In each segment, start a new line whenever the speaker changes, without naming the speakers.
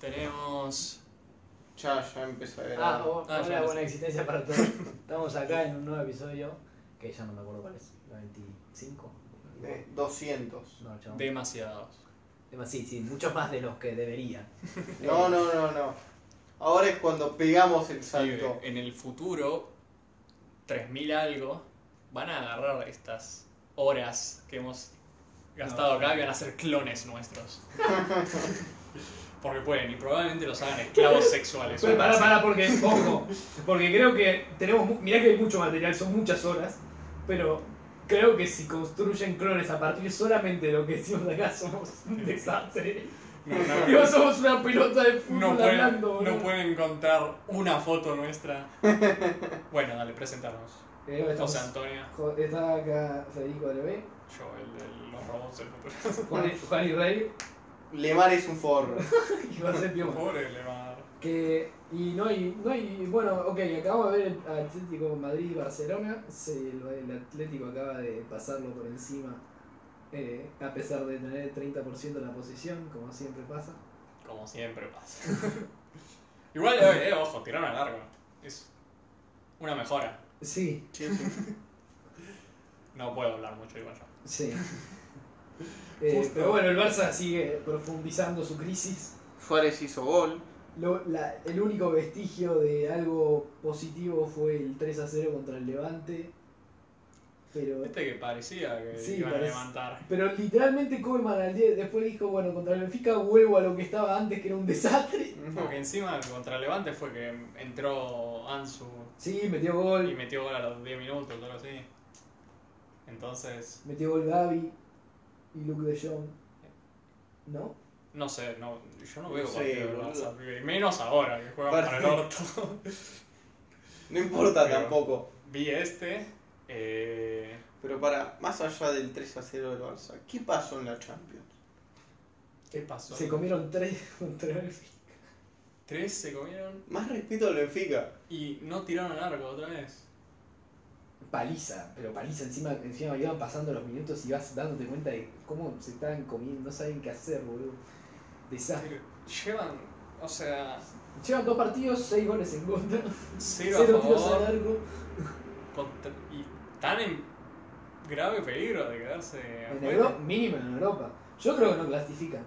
Tenemos.
Ya, ya empezó a grabar.
Ah, o-
Ah, ya
hola,
lo
buena existencia para todos. Estamos acá en un nuevo episodio que ya no me acuerdo cuál es. ¿La 25?
Eh, 200.
No, chabón.
demasiados.
Demasi- Sí, sí, muchos más de los que debería.
No, no, no, no. Ahora es cuando pegamos el salto.
Y en el futuro, 3000 algo, van a agarrar estas horas que hemos gastado acá y van a ser clones nuestros. Porque pueden, y probablemente los hagan esclavos sexuales.
Pero pará, pará, porque, ojo, porque creo que tenemos, mu- mirá que hay mucho material, son muchas horas, pero creo que si construyen clones a partir solamente de lo que decimos de acá, somos un desastre.
No, no,
Dios, somos una pelota de fútbol
no pueden,
hablando,
no
boludo.
pueden encontrar una foto nuestra. Bueno, dale, presentarnos.
Eh,
Creo que
José
estamos-
Antonio,
Jo- Está acá Federico de B,
yo, el de los robots del futuro.
Juan, Juan y Rey
Lemar es un forro.
y José Pioma.
Pobre Lemar.
Que, y no hay, no hay. Bueno, ok, acabamos de ver el Atlético de Madrid y Barcelona. Se- el, el Atlético acaba de pasarlo por encima. eh, a pesar de tener el 30% de la posición, como siempre pasa.
Como siempre pasa. Igual, eh, eh, ojo, tiraron a largo. Es una mejora.
Sí,
No puedo hablar mucho igual yo.
Sí. Eh,
Justo.
pero bueno, el Barça sigue profundizando su crisis.
Suárez hizo gol.
Lo- la- el único vestigio de algo positivo fue el 3 a 0 contra el Levante. Pero,
Viste que parecía que
Sí,
iban
parece-
a levantar.
pero literalmente Koeman al día después dijo, bueno, contra el Benfica vuelvo a lo que estaba antes, que era un desastre.
Porque encima contra Levante fue que entró Ansu
Sí, metió
y
gol.
metió gol a los 10 minutos o algo así. Entonces,
Metió gol Gaby y Luke de Jong. ¿No?
no sé, no, yo no veo
Sí,
partido del
boludo.
Barça, y menos ahora que juegan para el orto.
No importa
Pero-
tampoco.
Vi este, eh,
Pero para, más allá del 3 a 0 del Barça, ¿qué pasó en la Champions?
¿qué pasó?
Se comieron 3 contra el Benfica.
Tres se comieron
Más respeto al Benfica.
y no tiraron a largo otra vez.
paliza, pero paliza encima, encima iban pasando los minutos y vas dándote cuenta de cómo se estaban comiendo, no saben qué hacer, boludo. Desastre.
Llevan, o sea,
Llevan dos partidos, seis goles en contra,
cero,
cero
a
tiros a
favor
largo,
contra- y tan en grave peligro de quedarse
en
afuera.
Euro- mínimo en Europa. Yo creo que no clasifican.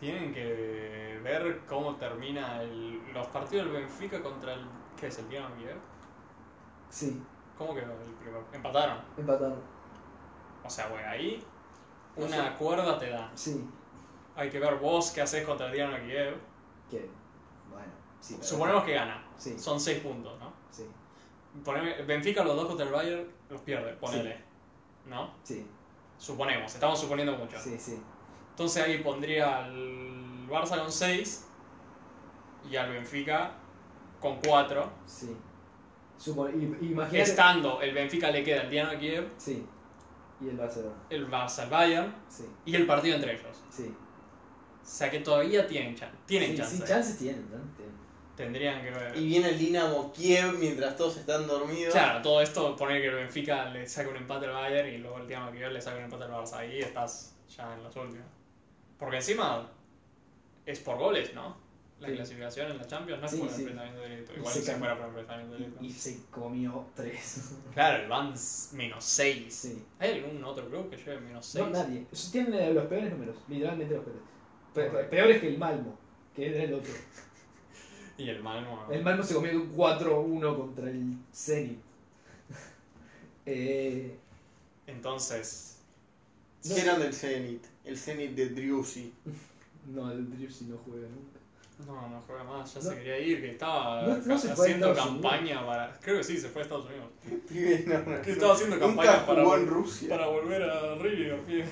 Tienen que ver cómo termina el- los partidos del Benfica contra el ¿qué es el Dinamo Kiev.
Sí,
¿Cómo quedó el primero? Empataron.
empataron.
O sea, bueno, ahí
No
una cuerda te da.
Sí,
Hay que ver vos qué haces contra el Dinamo Kiev.
que. Bueno, sí. pero-
Suponemos que gana.
Sí,
Son seis puntos, ¿no?
sí,
Poneme- Benfica los dos contra el Bayern los pierde, ponele. ¿No?
sí,
Suponemos, estamos suponiendo mucho.
sí, sí.
Entonces ahí pondría al Barça con 6 y al Benfica con 4.
sí. Supo- y- Imagínate.
Estando el Benfica le queda el Dinamo Kiev,
Sí. Y el Barcelona.
el Barça al Bayern
Sí,
y el partido entre ellos.
sí.
O sea que todavía tienen, chan tienen
sí,
chance.
Sí, chances tienen, ¿no? Tienen.
Tendrían que ver.
Y viene el Dinamo Kiev mientras todos están dormidos.
Claro, todo esto, poner que el Benfica le saque un empate al Bayern y luego el Dinamo Kiev le saque un empate al Barça. Ahí estás ya en los últimos. Porque encima es por goles, ¿no? La
Sí.
clasificación en la Champions no es
Sí,
por
sí.
enfrentamiento directo.
Y
Igual
se
si
cam-
fuera por enfrentamiento directo.
Y, y se comió tres.
Claro, el van menos 6.
Sí.
¿Hay algún otro club que lleve menos 6?
No, nadie. Ellos Tienen eh, los peores números, literalmente los peores. Pe- pe- Peores que el Malmo, que era el otro.
y el Malmo.
El Malmo se comió un 4-1 contra el Zenit. Eh,
Entonces,
Si eran del Zenit. El Zenit de Driussi.
no, el Driussi no juega nunca.
no, no juega más. Ya
No.
se quería ir, que estaba
No- no se fue a
haciendo
Estados
campaña para. Creo que sí, se fue a Estados Unidos.
Pibe, no, no,
Que
no.
estaba haciendo
Nunca
campaña para,
jugó en
vol-
Rusia.
para volver a River. pibe.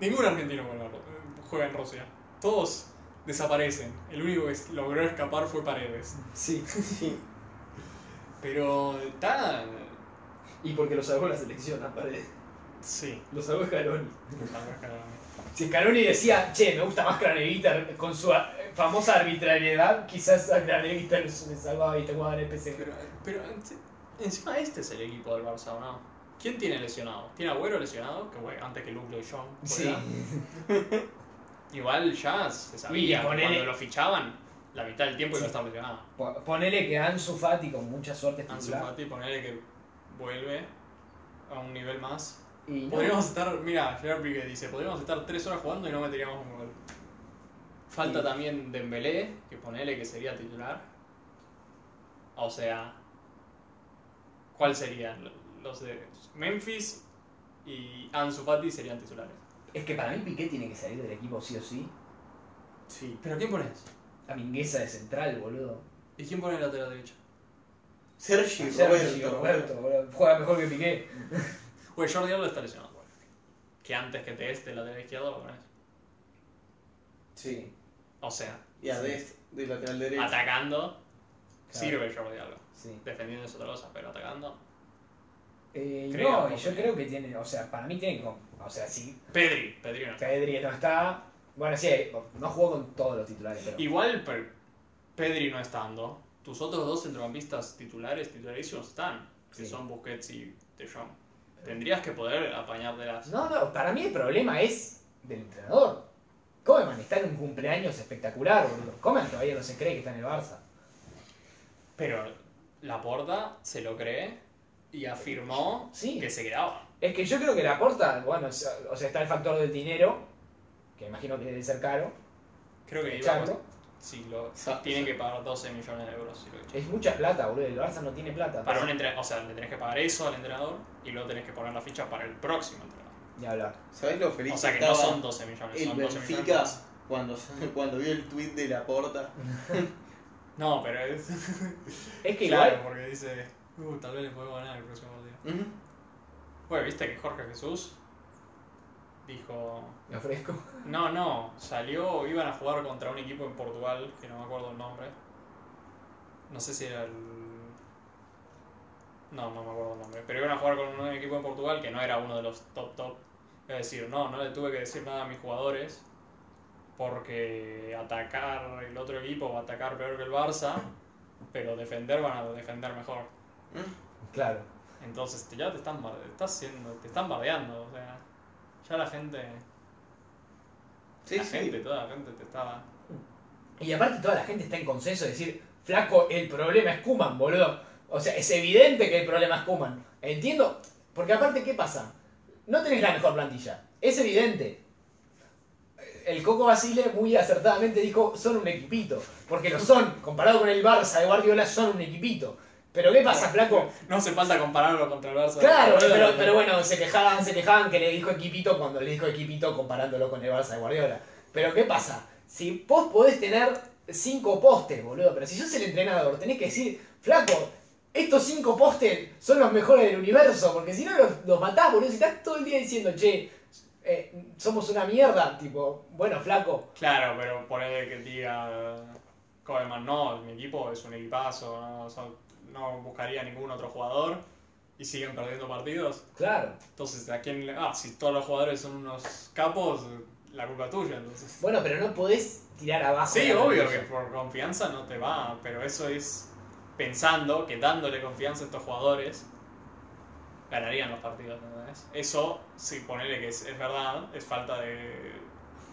Ningún argentino juega en Ru- eh, juega en Rusia. Todos desaparecen. El único que es- logró escapar fue Paredes.
Sí,
Sí.
Pero está.
y porque lo salvó la selección, a pared.
Sí.
Lo salvó Scaloni.
Está
Si Scaloni decía, che, me gusta más Craneviter con su a- famosa arbitrariedad, quizás a Craneviter se le salvaba y te jugaba en el PSG.
Pero, pero enci- encima este es el equipo del Barça, ¿o ¿no? ¿Quién tiene lesionado? ¿Tiene Agüero lesionado? Que bueno, antes que Luke de Jong.
Sí.
juega. pues, Igual ya se sabía
Y
que
ponele-
cuando lo fichaban, la mitad del tiempo iba a
Sí.
estar lesionado.
Po- Ponele que Ansu Fati con mucha suerte es
Ansu
titular.
Fati, ponele que vuelve a un nivel más.
Y no.
Podríamos estar, mira, Gerard Piqué dice, podríamos estar tres horas jugando y no meteríamos un gol. Falta
Sí.
también Dembélé, que ponele que sería titular. O sea, ¿cuál serían los de Memphis y Ansu Fati serían titulares?
Es que para mí Piqué tiene que salir del equipo sí o sí.
Sí.
¿Pero quién pones?
A Mingueza de central, boludo.
¿Y quién pone el lateral derecho?
Sergi,
Sergio
Roberto.
Roberto, boludo. Juega mejor que Piqué.
Pues Jordi Alba está lesionado. güey. Que antes que te este lateral izquierdo lo pones.
Sí.
O sea,
Y a Dest, de este, lateral derecho.
atacando sirve Jordi Alba.
Sí.
Defendiendo es otra cosa, pero atacando.
Eh, y
Creo,
no, y yo
porque-
creo que tiene, o sea, para mí tiene que, o sea, si
Pedri, Pedri no está.
Pedri no está, bueno, sí, eh, no jugó con todos los titulares, pero
Igual per- Pedri no estando, tus otros dos centrocampistas titulares, titularísimos están, que
Sí.
son Busquets y De Jong. Tendrías que poder apañar de las.
No, no, para mí el problema es del entrenador. Coman está en un cumpleaños espectacular, boludo. Coman todavía no se cree que está en el Barça.
Pero la porta se lo cree y afirmó
Sí.
que se quedaba.
Es que yo creo que la porta, bueno, o sea, o sea, está el factor del dinero, que imagino que debe ser caro,
Creo que iba a
echarlo.
si lo
Sa-
tienen que pagar 12 millones de euros si lo echan.
Es mucha plata, boludo. El Barça no tiene plata.
Para un em- entrenador, o sea, le tenés que pagar eso al entrenador y luego tenés que poner la ficha para el próximo entrenador.
Ni hablar.
¿Sabés lo feliz
O sea
que
que no
estaba
son 12 millones,
el
son 12 millones.
Benfica
más.
cuando, cuando vio el tweet de la porta?
No, pero es.
Es que
claro,
igual.
porque dice, uh, tal vez le podemos ganar el próximo partido. Bueno, viste que Jorge Jesús dijo.
Me ofrezco.
No, no, salió, iban a jugar contra un equipo en Portugal, que no me acuerdo el nombre. No sé si era el. No, no me acuerdo el nombre. Pero iban a jugar con un equipo en Portugal que no era uno de los top top. Es decir, no, no le tuve que decir nada a mis jugadores. Porque atacar el otro equipo va a atacar peor que el Barça. Pero defender van a defender mejor.
Claro.
Entonces te- ya te están, bar- estás siendo, te están bardeando, o sea, ya la gente,
Sí,
la
sí.
gente, toda la gente te estaba.
Y aparte toda la gente está en consenso de decir, flaco, el problema es Kuman, boludo. O sea, es evidente que el problema es Kuman. Entiendo, porque aparte, ¿qué pasa? No tenés la mejor plantilla. Es evidente. El Coco Basile muy acertadamente dijo, son un equipito. Porque lo son, comparado con el Barça de Guardiola, son un equipito. Pero ¿qué pasa, flaco?
No hace falta compararlo contra el Barça.
Claro,
Pero-
pero, pero bueno, se quejaban, se quejaban que le dijo equipito cuando le dijo equipito comparándolo con el Barça de Guardiola. Pero ¿qué pasa? Si vos podés tener cinco postes, boludo, pero si sos el entrenador, tenés que decir, flaco, estos cinco postes son los mejores del universo, porque si no los, los matás, boludo, si estás todo el día diciendo, che, eh, somos una mierda, tipo, bueno, flaco,
Claro, pero ponele que diga Coleman, no, mi equipo es un equipazo, no, son- no buscaría ningún otro jugador y siguen perdiendo partidos.
claro.
Entonces, ¿a quién le- Ah, si todos los jugadores son unos capos, la culpa es tuya, entonces.
Bueno, pero no podés tirar abajo.
Sí,
la
obvio que
plantilla.
por confianza no te va, pero eso es pensando que dándole confianza a estos jugadores ganarían los partidos, ¿entendés? Eso, si ponele que es, es verdad, es falta de,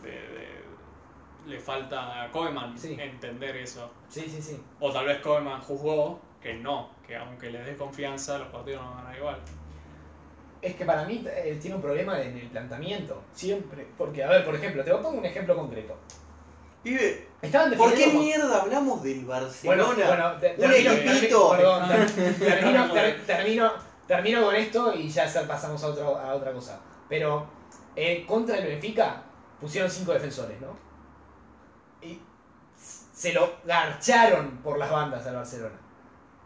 de- de- Le falta a Koeman
Sí.
entender eso.
Sí, sí, sí.
O tal vez Koeman juzgó que no, que aunque le des confianza, los partidos no van a ganar igual.
Es que para mí eh, tiene un problema en el planteamiento. Siempre. Porque, a ver, por ejemplo, te voy a poner un ejemplo concreto.
Pibe,
Estaban
¿por qué
defendiendo con-
mierda hablamos del Barcelona?
Bueno, bueno, te-
Un
termino,
equipito.
termi- perdón, ter- termino, ter- termino- termino con esto y ya se- pasamos a, otro- a otra cosa. Pero eh, contra el Benfica pusieron cinco defensores, ¿no? Y se lo garcharon por las bandas al Barcelona.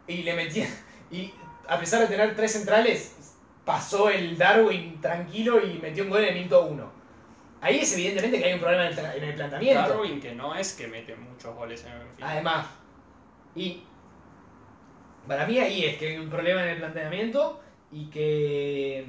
Y le metían. Y a pesar de tener tres centrales, pasó el Darwin tranquilo y metió un gol en el minuto uno. Ahí es evidentemente que hay un problema en el, tra- en el planteamiento.
Darwin, que no es que mete muchos goles en el Benfica.
Además, y para mí ahí es que hay un problema en el planteamiento y que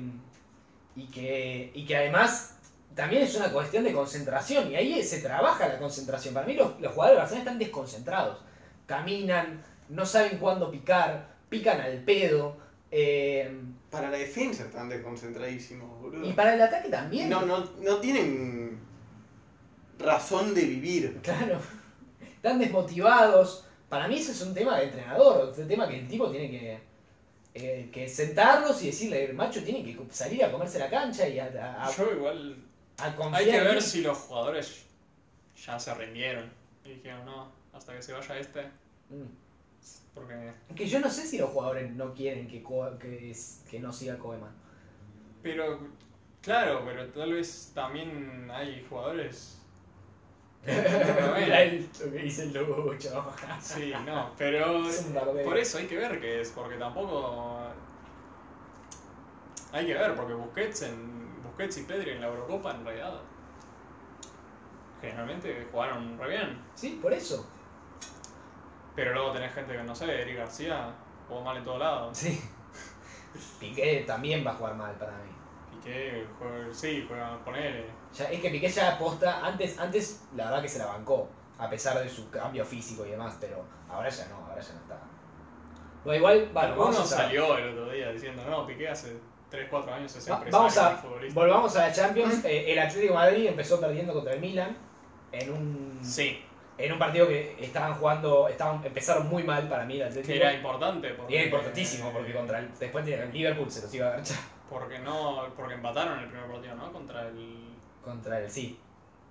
y que y que además también es una cuestión de concentración y ahí se trabaja la concentración. Para mí los, los jugadores de Barcelona están desconcentrados, caminan, no saben cuándo picar, pican al pedo. eh,
Para la defensa están desconcentradísimos, boludo.
y para el ataque también.
No, no, no tienen razón de vivir.
Claro. Están desmotivados. Para mí ese es un tema de entrenador, es un tema que el tipo tiene que, eh, que sentarlos y decirle, el macho tiene que salir a comerse la cancha y a, a, a-
Yo igual
a confiar.
Hay que
en
ver
él.
si los jugadores ya se rindieron. Y dijeron, no, hasta que se vaya este.
Mm.
Porque...
Que yo no sé si los jugadores no quieren que, Co- que, es- que no siga Koeman.
Pero, claro, pero tal vez también hay jugadores... que no lo
Mirá
ven.
el- lo que dice el Lucho.
Sí, no, pero...
Es un barbero.
Por eso hay que ver qué es, porque tampoco... Hay que ver, porque Busquets, en, Busquets y Pedri en la Eurocopa en realidad... Generalmente jugaron re bien.
Sí, por eso.
Pero luego tenés gente que no sé, Eric García, jugó mal en todos lados.
Sí. Piqué también va a jugar mal para mí.
Piqué, juega, sí, juega, ponele.
Ya, es que Piqué ya aposta, antes, antes la verdad que se la bancó, a pesar de su cambio físico y demás, pero ahora ya no, ahora ya no está. Bueno, igual, bueno,
Pero
vamos
uno
a
salió el otro día diciendo, no, Piqué hace 3, 4 años es
Va-
empresario
vamos a-
y futbolista.
Volvamos a la Champions, Eh, el Atlético de Madrid empezó perdiendo contra el Milan en un,
Sí,
en un partido que estaban jugando, estaban, empezaron muy mal para mí el Atlético.
que era importante. Porque,
y era importantísimo porque contra el, después tenía el Liverpool se los iba a agarchar
Porque, no, porque empataron el primer partido, ¿no? Contra el...
contra el sí.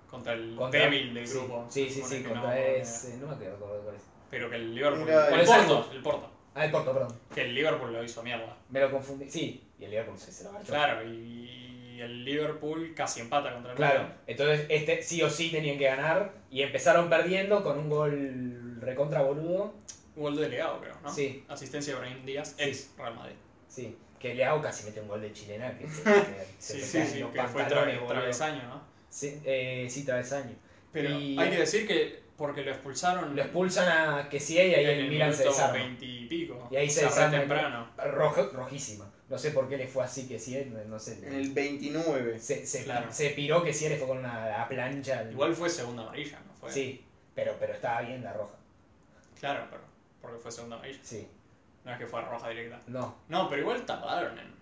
Contra el
Contra,
débil del
sí.
grupo.
Sí, sí,
supone
sí,
que
contra
no- eh,
ese. No me acuerdo cuál es.
Pero que el Liverpool...
Mira,
el,
el
Porto,
Santos.
el Porto.
Ah, el Porto, perdón.
Que el Liverpool lo hizo mierda.
Me lo confundí. Sí, y el Liverpool se, se lo agarchó.
Claro, y el Liverpool casi empata contra el
Claro,
Milan.
entonces este sí o sí tenían que ganar y empezaron perdiendo con un gol recontra boludo.
Gol delegado, creo, ¿no?
Sí.
Asistencia de Brahim Díaz, ex Real Madrid.
Sí, que Leao casi mete un gol de chilena que se, que se
Sí,
te
sí,
caen
sí,
los
que fue
pantalones,
tra-
boludo.
travesaño, ¿no?
Sí, eh, sí, travesaño.
Pero
Y-
hay que decir que porque lo expulsaron
Lo expulsan a que sí y ahí
en
el Milan se
minuto
desarma.
20 y pico.
Y ahí
o
se
sea, re
desarma el-
temprano.
Rojo- rojísima. No sé por qué le fue así que sí, no no sé.
En el 29.
Se, se,
Claro.
se piró que sí le fue con una a plancha. al-
Igual fue segunda amarilla, ¿no? Fue,
Sí, pero, pero estaba bien la roja.
Claro, pero porque fue segunda amarilla.
Sí,
No es que fue roja directa.
no.
No, pero igual tardaron en.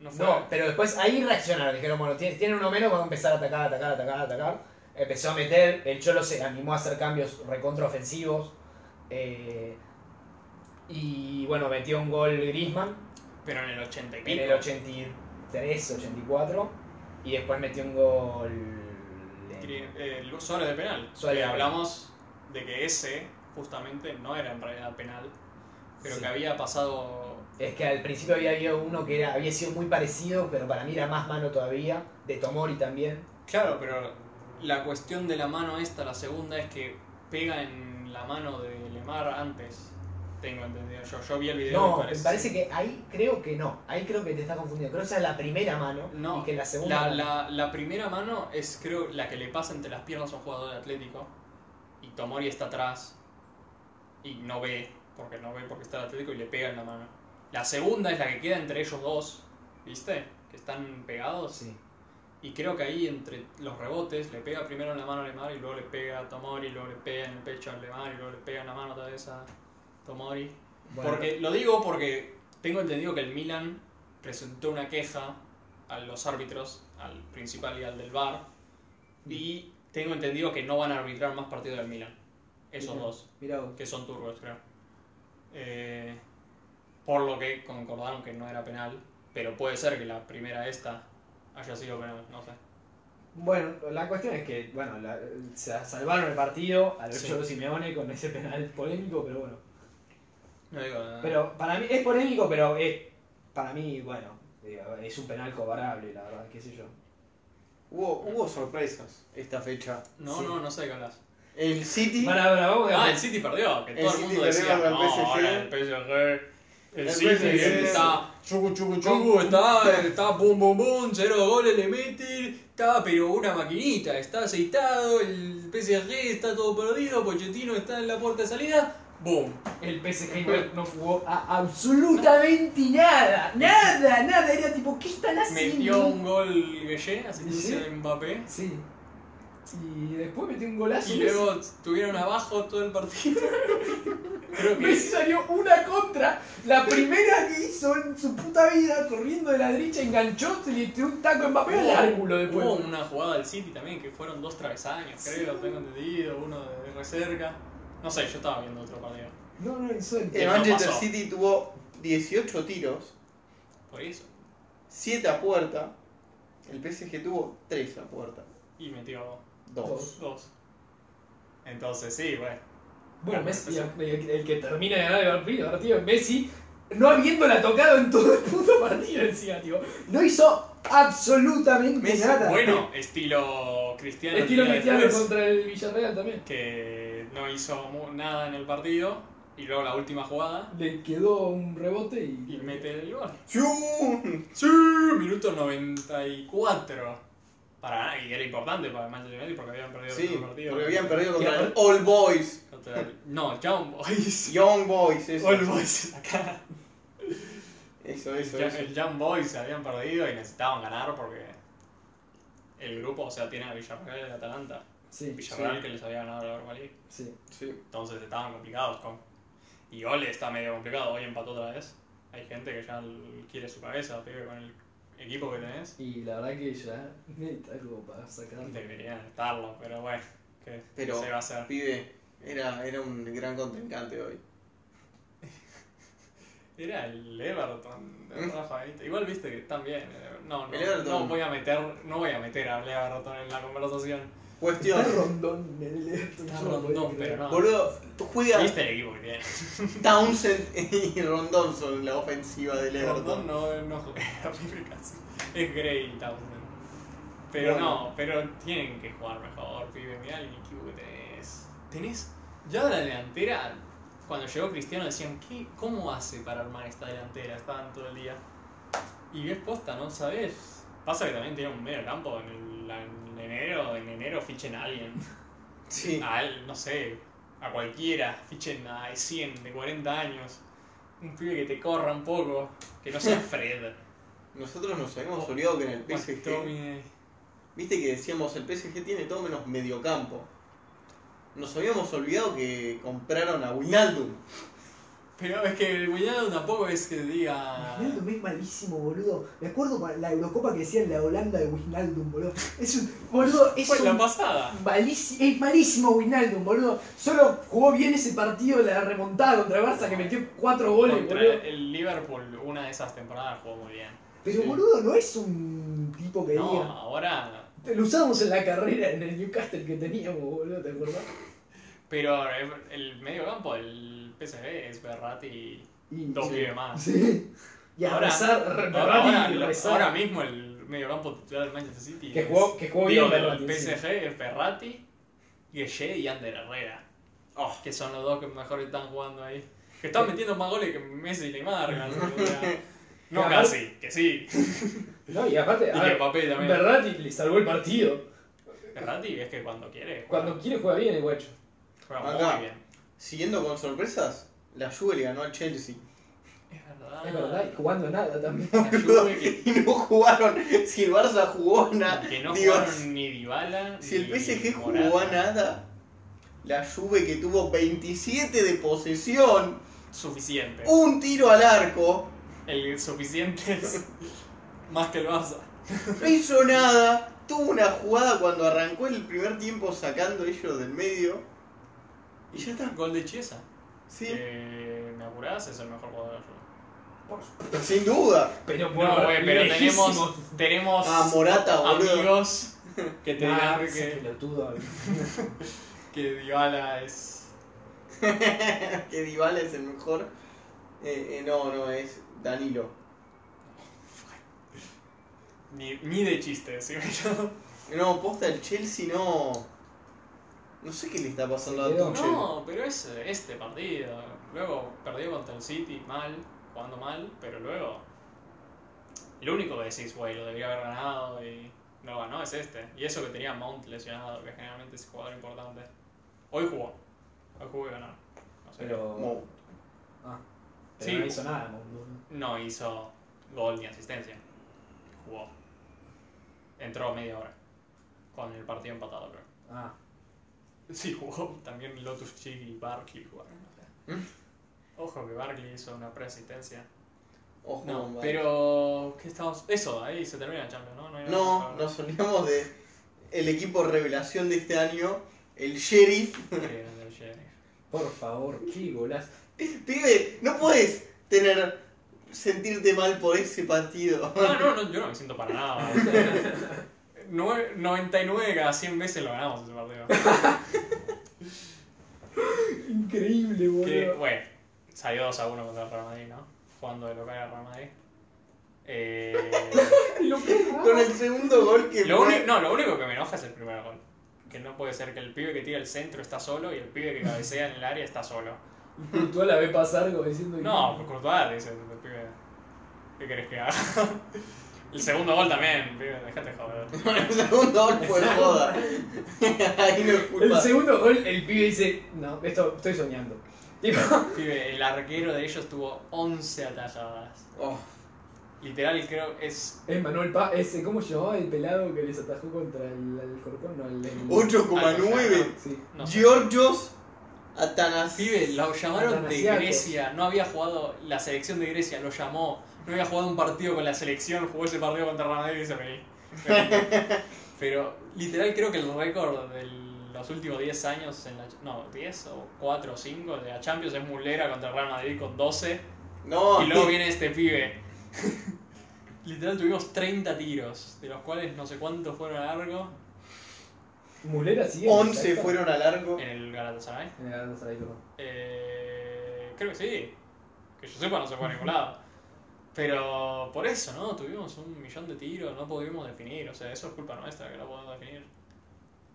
No fue.
No, pero después ahí reaccionaron. Dijeron, bueno, tienen, tienen uno menos, van a empezar a atacar, atacar, atacar, atacar. Empezó a meter, el Cholo se animó a hacer cambios recontraofensivos. eh, y bueno, metió un gol Grisman
Pero en el 80 y
en
pico.
el 83, 84. Y después metió un gol. en-
Cri- eh, el Suárez de penal.
Suárez
que
de penal.
hablamos de que ese justamente no era en realidad penal, pero
Sí.
que había pasado.
Es que al principio había habido uno que era- había sido muy parecido, pero para mí era más mano todavía. De Tomori también.
Claro, pero la cuestión de la mano esta, la segunda, es que pega en la mano de Lemar antes. Tengo entendido yo. Yo vi el video.
No,
me
me parece que ahí creo que no. Ahí creo que te está confundiendo. Creo que esa es la primera mano
No,
y que la
La,
segunda.
la- la primera mano es, creo, la que le pasa entre las piernas a un jugador de Atlético. Y Tomori está atrás. Y no ve, porque no ve porque está el Atlético y le pega en la mano. La segunda es la que queda entre ellos dos. ¿Viste? Que están pegados.
Sí.
Y creo que ahí entre los rebotes le pega primero en la mano a Lemar y luego le pega a Tomori, luego le pega en el pecho a Lemar y luego le pega en la mano otra vez a Tomori.
Bueno,
Porque lo digo porque tengo entendido que el Milan presentó una queja a los árbitros, al principal y al del VAR, y tengo entendido que no van a arbitrar más partidos del Milan. Esos
Mira.
dos,
Mirá vos.
que son turbos, creo. Eh, por lo que concordaron que no era penal, pero puede ser que la primera esta haya sido penal, no sé.
Bueno, la cuestión es que, bueno, la- se salvaron el partido al
Sí.
Cholo Simeone con ese penal polémico, pero bueno.
No digo nada.
Pero para mí es polémico, pero es, para mí, bueno, digo, es un penal cobrable, la verdad, qué sé yo.
Hubo, hubo sorpresas esta fecha.
no,
sí.
no, no sé qué hablas.
El City.
Para, para, vamos a-
Ah, el City perdió, que
El
todo el
City
mundo
perdió
decía,
contra el
no,
PSG".
ahora el PSG... El,
El
City
PSG.
está chucu chucu chucu, está, está bum bum bum, cero goles le mete, está pero una maquinita, está aceitado, el PSG está todo perdido, Pochettino está en la puerta de salida, boom.
El PSG no, no jugó a absolutamente nada, nada, nada. Era tipo, ¿qué están haciendo?
Metió un gol Gueye, asistencia
Sí.
de Mbappé,
Sí. Y después metió un golazo.
y luego estuvieron abajo todo el partido. Creo que
Messi salió una contra, la primera que hizo en su puta vida, corriendo de la derecha, enganchó, se le tiró un taco en papel
Hubo-
al ángulo después.
hubo una jugada del City también, que fueron dos travesaños, creo, tengo entendido, uno de re cerca. No sé, yo estaba viendo otro partido.
No, no,
Eh.
insuelto.
El
no
Manchester
pasó.
City tuvo 18 tiros,
Por eso.
7 a puerta. El PSG tuvo 3 a puerta.
Y metió
2.
dos. Entonces, sí, bueno.
Bueno, Messi, el, el que termina de ganar el partido, ahora, tío, Messi, no habiéndola tocado en todo el puto partido encima, tío.
No hizo absolutamente
Messi,
nada.
Bueno, estilo Cristiano.
Estilo
el día
Cristiano
después,
contra el Villarreal también.
Que no hizo mu- nada en el partido. Y luego la última jugada.
Le quedó un rebote y...
Y mete el gol.
¡Chum!
Sí, minuto 94. Para, y era importante para el Manchester United porque habían perdido el
Sí,
primer partido.
porque habían perdido contra
Y
el All Boys.
Contra el- No, Young Boys.
Young Boys, eso.
All Boys acá.
Eso, eso, eso.
El Young Boys habían perdido y necesitaban ganar porque el grupo, o sea, tiene a Villarreal y a Atalanta.
Sí,
Villarreal que les había ganado la Europa League.
sí.
Sí.
Entonces estaban complicados con. Y Ole está medio complicado, hoy empató otra vez. Hay gente que ya l- quiere su cabeza, pibe, con el equipo que tenés.
Y la verdad que ya está como para sacar.
Deberían estarlo, pero bueno, ¿qué, qué
Pero-
se va a hacer?
Pibe, era, era un gran contrincante hoy.
Era el Everton, el Rafa, ¿viste? Igual viste que están bien. eh, No,
Mm. El
no,
Everton.
no voy a meter, no voy a meter al Everton en la conversación.
Está
Cuestión.
rondón en el Everton,
Está
yo no puedo
rondón,
creer.
pero no.
Boludo, tú juegas
¿Viste el equipo que tiene?
Townsend y Rondón son la ofensiva del
Everton
Everton.
no, no juega pibe, casi. Es Grey y Townsend. Pero
Bueno.
no, pero tienen que jugar mejor, pibe. Mirá el equipo que tenés. Tenés. Ya la delantera, cuando llegó Cristiano decían, ¿qué, ¿cómo hace para armar esta delantera? Estaban todo el día. Y ves posta, ¿no? ¿Sabes? Pasa que también tiene un medio campo en, el- en enero, en enero fichen a alguien.
Sí.
A él, no sé, a cualquiera, fichen a 100 de 40 años, un pibe que te corra un poco, que no sea Fred.
Nosotros nos habíamos olvidado que en el PSG.
Tommy,
Viste que decíamos el PSG tiene todo menos mediocampo. Nos habíamos olvidado que compraron a Wijnaldum.
Pero es que el cuñado tampoco es que diga.
Wijnaldum es malísimo, boludo. Me acuerdo para la Eurocopa que decían la Holanda de Wijnaldum, boludo. Es un, boludo, es
Fue la
un
pasada.
malísimo, es malísimo Wijnaldum, boludo.
Solo jugó bien ese partido de la remontada contra el Barça que metió cuatro goles,
Contra
boludo.
el Liverpool, una de esas temporadas jugó muy bien.
Pero
Sí.
boludo, no es un tipo que
No,
diga.
ahora.
Lo usábamos en la carrera en el Newcastle que teníamos, boludo, ¿te acordás?
Pero el, el medio campo del PSG es Berratti y
Y-
dos
sí.
pibes más.
Sí.
Y
Ah. Ahora-
abrazar,
Ahora, ahora-
y rezar.
ahora mismo el mediocampo titular del Manchester City
Que
es-
jugó, que jugó
Digo,
bien Berratti,
del
sí.
PSG es Ferrati, Gueye y Ander Herrera. Oh, Que son los dos que mejor están jugando ahí. Que están metiendo más goles que Messi y Neymar. casi, o sea, no
Claro.
casi, que sí.
No, y aparte,
Y
a
que
ver,
Mbappé también.
Berratti le salvó el partido.
Ferrati es que cuando quiere. juega-
Cuando quiere juega bien el guacho.
Juega
Acá.
muy bien.
Siguiendo con sorpresas, la Juve le ganó al Chelsea.
Es verdad.
Es verdad, y jugando nada también.
La Juve que,
Y no jugaron. Si el Barça jugó nada.
que no
Dios.
jugaron ni Dybala
Si el
ni
PSG jugó a
Morata.
nada, la Juve que tuvo 27 de posesión,
Suficiente.
un tiro al arco,
El suficiente es más que el Barça.
no hizo nada, tuvo una jugada cuando arrancó el primer tiempo sacando ellos del medio. Y ya está.
Gol de Chiesa.
Sí,
Eh, me apurás, es el mejor jugador de la Juve.
sin duda.
Pero
No,
bueno,
güey, pero
lejísimo.
tenemos, tenemos
Ah, Morata, boludo.
amigos que te
Ah,
dirán
ese
que,
pelotudo.
que Dybala es...
Que Dybala es el mejor. Eh, eh, no, no, es Danilo.
Ni, ni de chiste, ¿sí?
No, posta el Chelsea no. No sé qué le está pasando a
Se quedó.
Tuchel.
No, pero es este partido. Luego perdió contra el City, mal, jugando mal, pero luego... Lo único que decís, güey, lo debería haber ganado y no ganó es este. Y eso que tenía Mount lesionado, que generalmente es jugador importante. Hoy jugó. Hoy jugó y ganó. No sé.
Pero,
Mo.
pero
Sí.
no hizo nada, boludo.
no hizo gol ni asistencia. Jugó. Entró media hora. Con el partido empatado, creo.
Ah,
Sí, jugó. También Lotus Chig y Barkley jugaron. o sea. Ojo que Barkley hizo una preasistencia.
Ojo con
No,
Barkley.
pero. ¿Qué estamos.? Eso, ahí se termina el Champions, ¿no? hay nada más
No,
para
nos olvidamos de el equipo revelación de este año, el Sheriff.
hablar. Qué grande el Sheriff.
Por favor, qué golazo.
Pibe, no puedes tener sentirte mal por ese partido.
Ah, No, no, no, yo no me siento para nada. o sea, nue- 99 de cada 100 veces lo ganamos ese partido.
Increíble,
Que,
boludo.
bueno, salió 2 a 1 contra el Real Madrid, ¿no? Jugando de local al Real Madrid. Eh,
Lo que es
Con el segundo gol que
lo
fue-
único- no, lo único que me enoja es el primer gol. Que no puede ser que el pibe que tira el centro está solo y el pibe que cabecea en el área está solo.
Tú la ve pasar como diciendo.
No, por Courtois, dice el pibe. ¿Qué querés que haga? El segundo gol también, pibe, dejate joder.
el segundo gol fue joda. Ahí no es
El
culpa.
segundo gol, el pibe dice: No, esto estoy soñando. Tipo,
Pibe, el arquero de ellos tuvo 11 atajadas.
Oh,
Literal, y creo es
es Manuel Paz, ese, ¿cómo se llamaba el pelado que les atajó contra el Alcorcón? No, el. el-
8,9.
Sí.
Ah, No sé.
Giorgios Atanas.
Pibe, lo llamaron de
Atanasiakos.
Grecia, no había jugado la selección de Grecia, lo llamó, no había jugado un partido con la selección, jugó ese partido contra Real Madrid y se vení. Pero literal creo que el récord de los últimos 10 años, en la, no, 10 o 4 o 5 de la Champions es Mulera contra Real Madrid con 12
No,
y luego viene este pibe. Literal tuvimos 30 tiros, de los cuales no sé cuántos fueron a largo
Mulera sigue.
11
¿Está?
fueron a largo.
en el Galatasaray.
Eh, ahora se la digo.
Eh, creo que sí. Que yo sepa, no se fue a ningún lado. Pero por eso, ¿no? Tuvimos un millón de tiros, no pudimos definir. O sea, eso es culpa nuestra, que no podemos definir.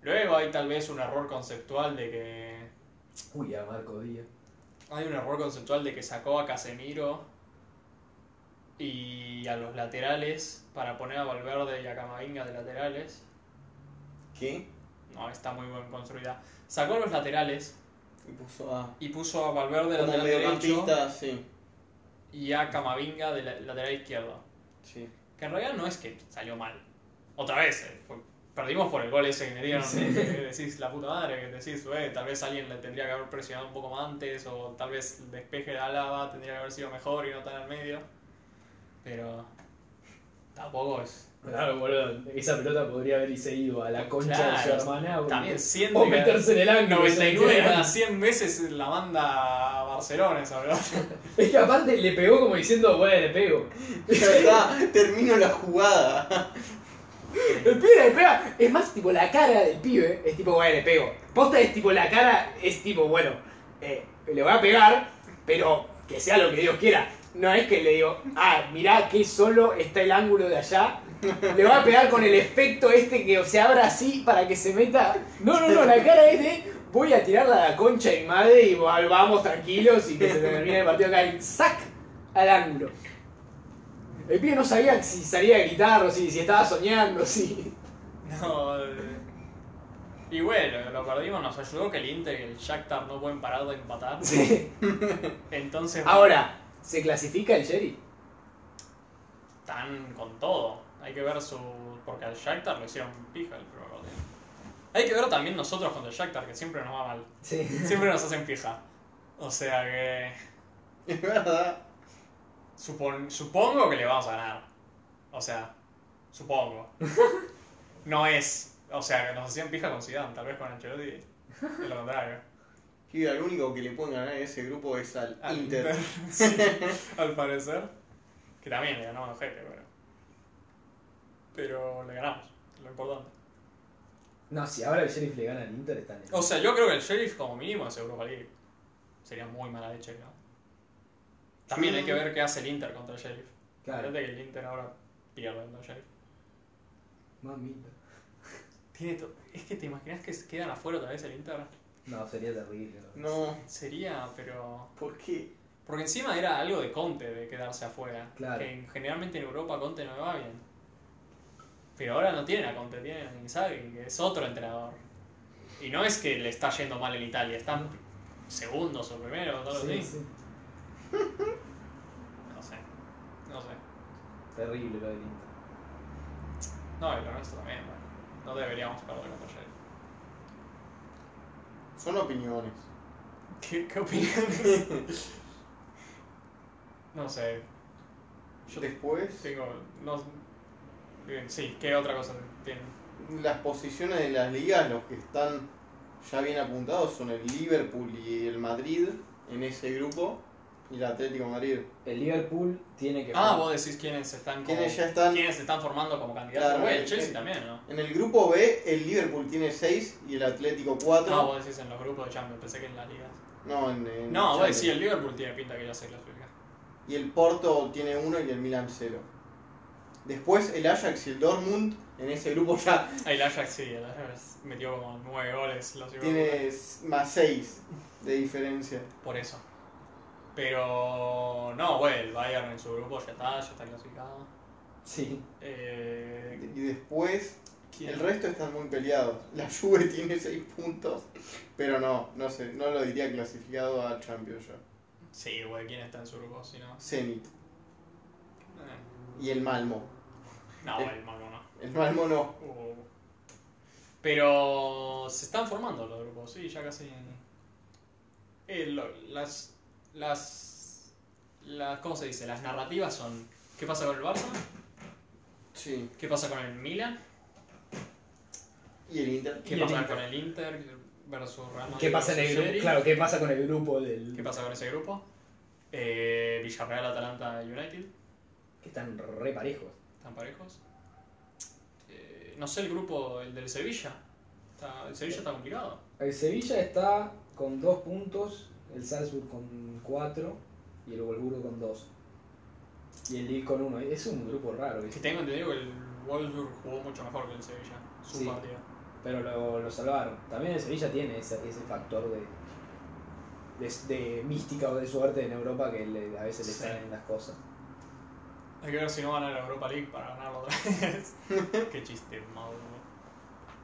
Luego hay tal vez un error conceptual de que.
Uy, a Marco Díaz.
Hay un error conceptual de que sacó a Casemiro y a los laterales para poner a Valverde y a Camavinga de laterales.
¿Qué?
No, está muy bien construida. Sacó a los laterales
Y puso a.
y puso a Valverde
Como
lateral derecho.
mediocampista, sí.
y a Camavinga de la- lateral izquierdo.
Sí.
Que en realidad no es que salió mal. Otra vez, eh, fue- perdimos por el gol ese que me dieron. que decís, la puta madre, que decís, "Ué, tal vez alguien le tendría que haber presionado un poco más antes, o tal vez el despeje de Álava tendría que haber sido mejor y no tan al medio. Pero tampoco es.
Claro, boludo. Esa pelota podría haber seguido a la concha de su
Claro,
hermana. boludo.
También siendo
O meterse en el ángulo.
99
¿sabes?
cada 100 veces la manda a Barcelona esa pelota.
Es que aparte le pegó como diciendo, bueno, le pego.
Ya está, termino la jugada.
El pibe le pega. Es más, tipo, la cara del pibe es tipo, bueno, le pego. Posta es tipo, la cara es tipo, bueno, eh, le voy a pegar, pero que sea lo que Dios quiera. No es que le digo, ah, mirá que solo está el ángulo de allá. Le voy a pegar con el efecto este que se abra así para que se meta. No, no, no, la cara es de. Voy a tirarla a la concha de mi madre y va- vamos tranquilos y que se termine el partido acá y ¡zac! al ángulo. El pibe no sabía si salía a gritar o si, si estaba soñando, si.
No. eh, Y bueno, lo perdimos, nos ayudó que el Inter y el Shakhtar no pueden parar de empatar.
Sí.
Entonces
Ahora, ¿se clasifica el Jerry?
están con todo. Hay que ver su. Porque al Shakhtar lo hicieron pija el primer partido. Hay que ver también nosotros contra el Shakhtar, que siempre nos va mal.
Sí.
Siempre nos hacen pija. O sea que.
Es verdad.
supon- supongo que le vamos a ganar. O sea, supongo. No es. O sea, que nos hacían pija con Zidane, tal vez con Ancelotti. Es lo contrario.
Pibe, al único que le pueden ganar en ese grupo es al
Al
Inter.
sí, al parecer. Que también le ganamos a gente, pero. Pero le ganamos, lo importante.
No, si ahora el sheriff le gana al Inter, está en el-
O sea, yo creo que el sheriff, como mínimo, es Europa League. Sería muy mala leche, ¿no? También hay que ver qué hace el Inter contra el sheriff.
Mm. Claro.
Fíjate que el Inter ahora pierde contra el sheriff.
Mamita.
Tiene to- Es que te imaginas que se quedan afuera otra vez el Inter.
No, sería terrible.
No,
Sería, pero.
¿por qué?
Porque encima era algo de Conte de quedarse afuera.
Claro.
Que en- generalmente en Europa Conte no le va bien. Pero ahora no tienen a Conte, tienen a Inzaghi, que es otro entrenador. Y no es que le está yendo mal en Italia, están segundos o primeros, todo
Sí, sí.
No sé. No sé.
Terrible lo del Inter.
No, y lo nuestro también, bueno. No deberíamos perder contra Sheriff.
Son opiniones.
¿Qué, qué opinas? no sé. Yo
Después,
tengo. No, eh, sí, ¿qué otra cosa tienen?
las posiciones de las ligas, los que están ya bien apuntados son el Liverpool y el Madrid en ese grupo y el Atlético de Madrid.
El Liverpool tiene que
Ah,
jugar.
vos decís quiénes están como,
Quienes ya están
quiénes se están formando como candidatos.
Claro,
Güey,
eh,
el Chelsea
eh.
también, ¿no?
en el grupo B, el Liverpool tiene 6 y el Atlético 4.
No, vos decís en los grupos de Champions, pensé que en la liga.
No, en, en
Ah, No, vos
Champions.
decís el Liverpool tiene pinta que ya se clasifica.
Y el Porto tiene 1 y el Milan 0. Después el Ajax y el Dortmund en ese grupo ya
Ah, El Ajax sí, el Ajax metió como nueve goles los
tiene s- más 6 de diferencia.
Por eso. Pero no, güey, el Bayern en su grupo ya está, ya está clasificado.
Sí.
Eh,
Y después
¿quién?
el resto están muy peleados. La Juve tiene 6 puntos, pero no, no sé, no lo diría clasificado a Champions yo.
Sí, güey, ¿quién está en su grupo? Si no.
Zenit
Eh,
y el Malmo.
No, güey, el Malmo no.
El Malmo no.
O- Pero se están formando los grupos, sí, ya casi. Eh, lo- las, las, las. ¿Cómo se dice? Las narrativas son. ¿Qué pasa con el Barça?
Sí.
¿Qué pasa con el Milan?
Y el Inter.
¿Qué
Y el
pasa
Inter.
con el Inter versus Real Madrid
¿Qué pasa en el
versus
grupo?
Sheriff?
Claro, ¿qué pasa con el grupo
¿Qué
del.
pasa con ese grupo? Eh, Villarreal, Atalanta, United,
que están re parejos?
están parejos. Eh, no sé el grupo, el del Sevilla. Está- el Sevilla está complicado.
El Sevilla está con dos puntos, el Salzburg con cuatro y el Wolfsburgo con dos. Y el Lille con uno. Es un grupo raro,
Que
¿viste?
tengo entendido que el Wolfsburg jugó mucho mejor que el Sevilla. Su
Sí.
partido.
pero lo, lo salvaron. También el Sevilla tiene ese, ese factor de, de, de mística o de suerte en Europa que le- a veces le
Sí.
salen las cosas.
Hay que ver si no ganan la Europa League para ganarlo otra vez. Qué chiste, maduro.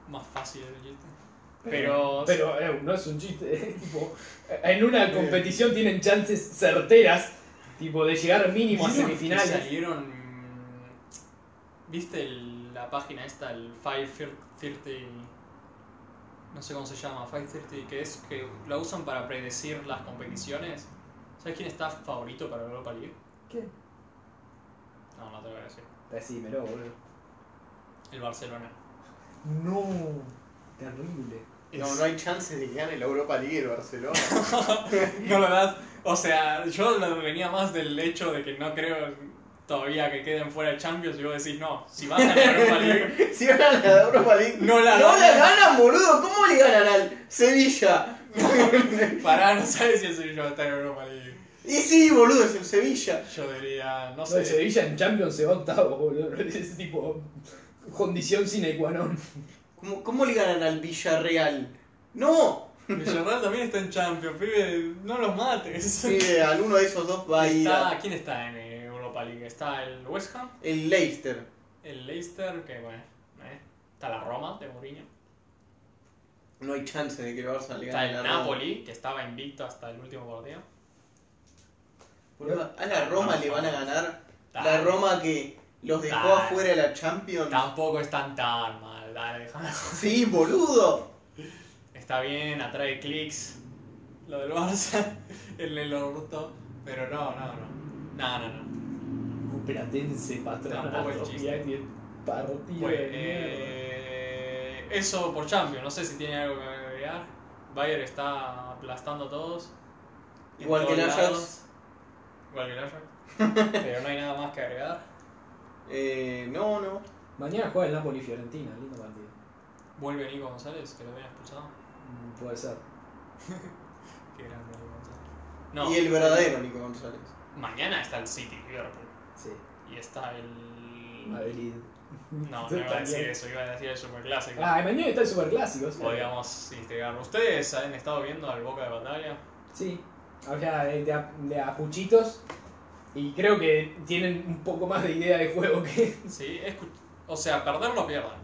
Más fácil el chiste. Pero.
Pero eh, no es un chiste, es tipo, en una competición tienen chances certeras tipo de llegar mínimo a
¿Vieron que
semifinales.
salieron. ¿Viste el- la página esta, el 530? No sé cómo se llama, 530, que es que la usan para predecir las competiciones. ¿Sabes quién está favorito para la Europa League?
¿Quién?
No, no te lo voy a decir.
Decímelo, boludo.
El Barcelona.
No, terrible.
No, no hay chances de que gane la Europa League el Barcelona.
No, la verdad, o sea, yo lo venía más del hecho de que no creo todavía que queden fuera de Champions y vos decís, no, si van a la Europa League,
Si ganan la Europa League.
No la
no la
ganan.
ganan, boludo. ¿Cómo le ganan al Sevilla?
pará, no sabes si el Sevilla va a estar en Europa League.
y sí, boludo, es el Sevilla.
Yo diría, no
No, el
sé,
Sevilla en Champions se va octavo, boludo. Es tipo condición sine qua non.
¿Cómo, cómo le ganan al Villarreal? No.
Villarreal también está en Champions, pibe, no los mates.
Sí, al uno de esos dos va a ir
Está-
a-
¿Quién está en eh, Europa League? Está el West Ham,
el Leicester.
el Leicester, que bueno, eh, está la Roma de Mourinho,
No hay chance de que el Barça le
está
gane
el
la Roma.
Napoli, que estaba invicto hasta el último partido.
Boludo, a la Roma le van a ganar.
Está-
La Roma que los dejó
Dale.
afuera de la Champions.
Tampoco están tan mal, dale, dejame
Sí, boludo.
Está bien, atrae clics. Lo del Barça, el del orto. Pero no, no, no. No, no, no.
Platense,
Tampoco
patronato,
es chiste.
mirá que partido
Pues,
Bueno,
de mierda.
Pues, eh, eso por Champions. No sé si tiene algo que agregar. Bayern está aplastando a todos. en
Igual que
todos
el Ajax.
lados. Igual que el Ajax. Pero no hay nada más que agregar.
Eh, no, no.
Mañana juega el Napoli Fiorentina, lindo partido.
Vuelve Nico González, que lo habían expulsado.
Mm, Puede ser.
Qué grande Nico González. No,
Y el verdadero Nico González.
mañana está el City, Liverpool.
Sí.
Y está el.
Madrid.
No, no iba a decir eso, iba a decir el superclásico.
Ah, y mañana está el superclásico. sí.
Podríamos integrar. ¿Ustedes han estado viendo al Boca de Batalla?
Sí, habla de, de, a- de apuchitos y creo que tienen un poco más de idea de juego que...
Sí, escu- o sea, perderlo pierden,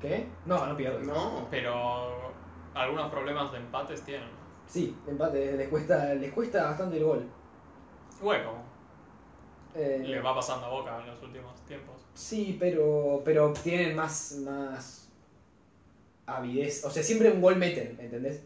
¿Qué? No, no pierden.
No.
pero algunos problemas de empates tienen.
Sí, empate. Les cuesta, les cuesta bastante el gol.
Bueno,
Eh,
le va pasando a Boca en los últimos tiempos.
Sí, pero, pero tienen más, más avidez. O sea, siempre un gol meten, ¿entendés?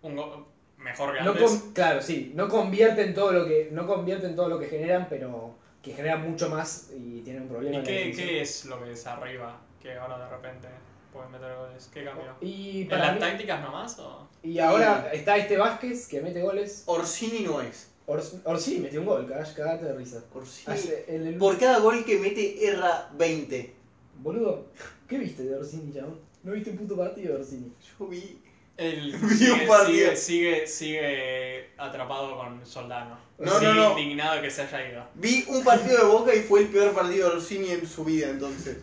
Un go- mejor que
No
antes.
con- claro, sí. No convierten todo lo que. No convierten todo lo que generan, pero que generan mucho más y tienen un problema.
¿Y
en la
qué,
definición.
qué es lo que es arriba que ahora de repente pueden meter goles? ¿Qué cambió?
Y
¿En
para
las
mí-
tácticas nomás o...?
y ahora está este Vázquez que mete goles.
Orsini no es.
Ors- Orsini metió un gol, cagash, cagate de risa.
Orsini.
Hace el, el-
Por cada gol que mete, erra 20.
Boludo, ¿qué viste de Orsini, chabón? No viste un puto partido de Orsini.
Yo vi.
El
Vi un
sigue,
partido.
sigue, sigue, sigue atrapado con Soldano.
No,
sigue
no, no.
indignado que se haya ido.
Vi un partido de Boca y fue el peor partido de Orsini en su vida entonces.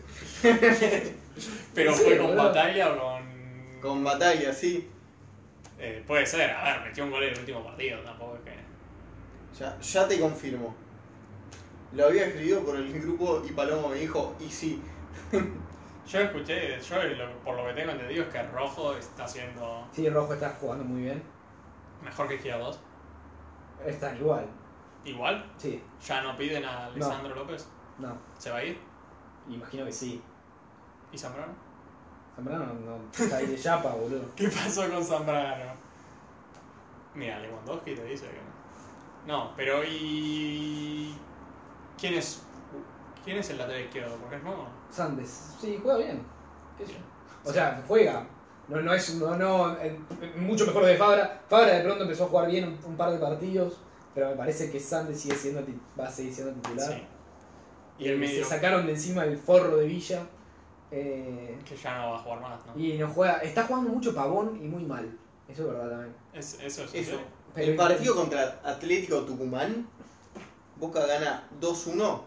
¿Pero
Sí,
fue con
boludo.
batalla o con...?
Con batalla, sí.
Eh, puede ser, a ver, metió un gol en el último partido, tampoco es que...
Ya, ya te confirmo. Lo había escrito por el grupo y Palomo me dijo, y sí.
Yo escuché, yo lo- por lo que tengo entendido es que Rojo está haciendo
Sí, Rojo está jugando muy bien.
mejor que Gira 2.
Están igual.
Igual,
Sí,
ya no piden a Lisandro López.
no.
¿Se va a ir?
Imagino que sí.
¿Y Zambrano?
Zambrano no está ahí de chapa, boludo.
¿Qué pasó con Zambrano? Mira, Lewandowski te dice que no. No, pero ¿y quién es quién es el lateral izquierdo? Porque es nuevo.
Sandes. Sí, juega bien. ¿Qué sé yo? O sea, juega. No, no es no, no, eh, mucho mejor de Fabra. Fabra de pronto empezó a jugar bien un, un par de partidos, pero me parece que Sandes sigue siendo ti- va a seguir siendo titular.
Sí. Y el
Eh,
medio
Se sacaron de encima el forro de Villa. eh,
que ya no va a jugar más, ¿no?
y no juega. Está jugando mucho pavón y muy mal. Eso es verdad también.
Es- eso es
Eso.
serio.
Pero-
El partido contra Atlético Tucumán, Boca gana 2-1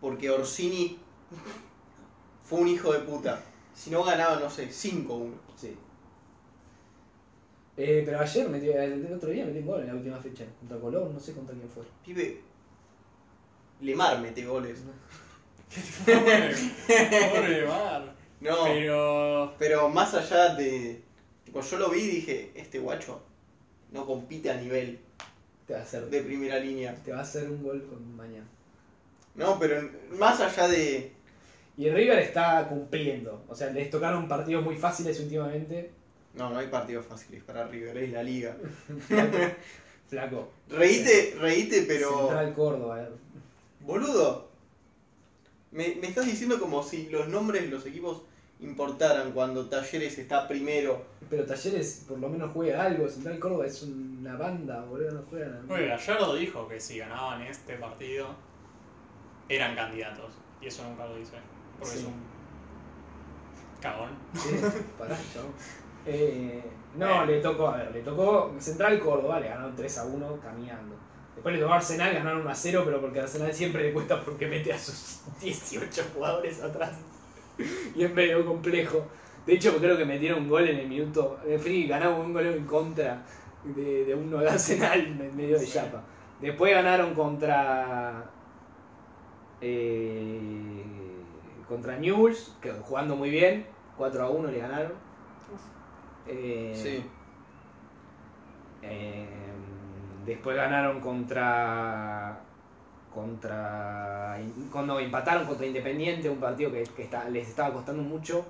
porque Orsini fue un hijo de puta. Si no ganaba, no sé, 5-1.
Sí. Eh, pero ayer metió, el el otro día metió un gol en la última fecha. Contra Colón, no sé contra quién fue.
Pibe, Lemar mete goles.
Pobre, pobre Mar.
No, pero,
Pero
más allá de... Tipo, yo lo vi y dije, este guacho no compite a nivel
Te va a hacer,
de primera línea.
te va a hacer un gol con mañana.
No, pero más allá de...
Y River está cumpliendo. O sea, les tocaron partidos muy fáciles últimamente.
No, no hay partidos fáciles para River, es la liga.
Flaco. Eh,
Reíte, reíte, pero...
Central Córdoba. eh.
Boludo, me, me estás diciendo como si los nombres de los equipos importaran cuando Talleres está primero.
Pero Talleres por lo menos juega algo. Central Córdoba es una banda, boludo. No juegan a
bueno, Gallardo dijo que si ganaban este partido eran candidatos. Y eso nunca lo dice. Porque
Sí.
es un cagón.
Sí, pará, chabón. Eh, no, le tocó, a ver, le tocó Central Córdoba, le ganaron 3 a 1 caminando. Después le tocó a Arsenal, ganaron 1 a 0, pero porque a Arsenal siempre le cuesta porque mete a sus 18 jugadores atrás. Y es medio complejo. De hecho, creo que metieron un gol en el minuto. De Free ganaron un gol en contra de, de uno de Arsenal en medio de chapa. Después ganaron contra. eh, contra Newell's, que jugando muy bien. 4 a 1 le ganaron. Eh, eh, después ganaron contra. Contra. Cuando empataron contra Independiente, un partido que, que está- les estaba costando mucho.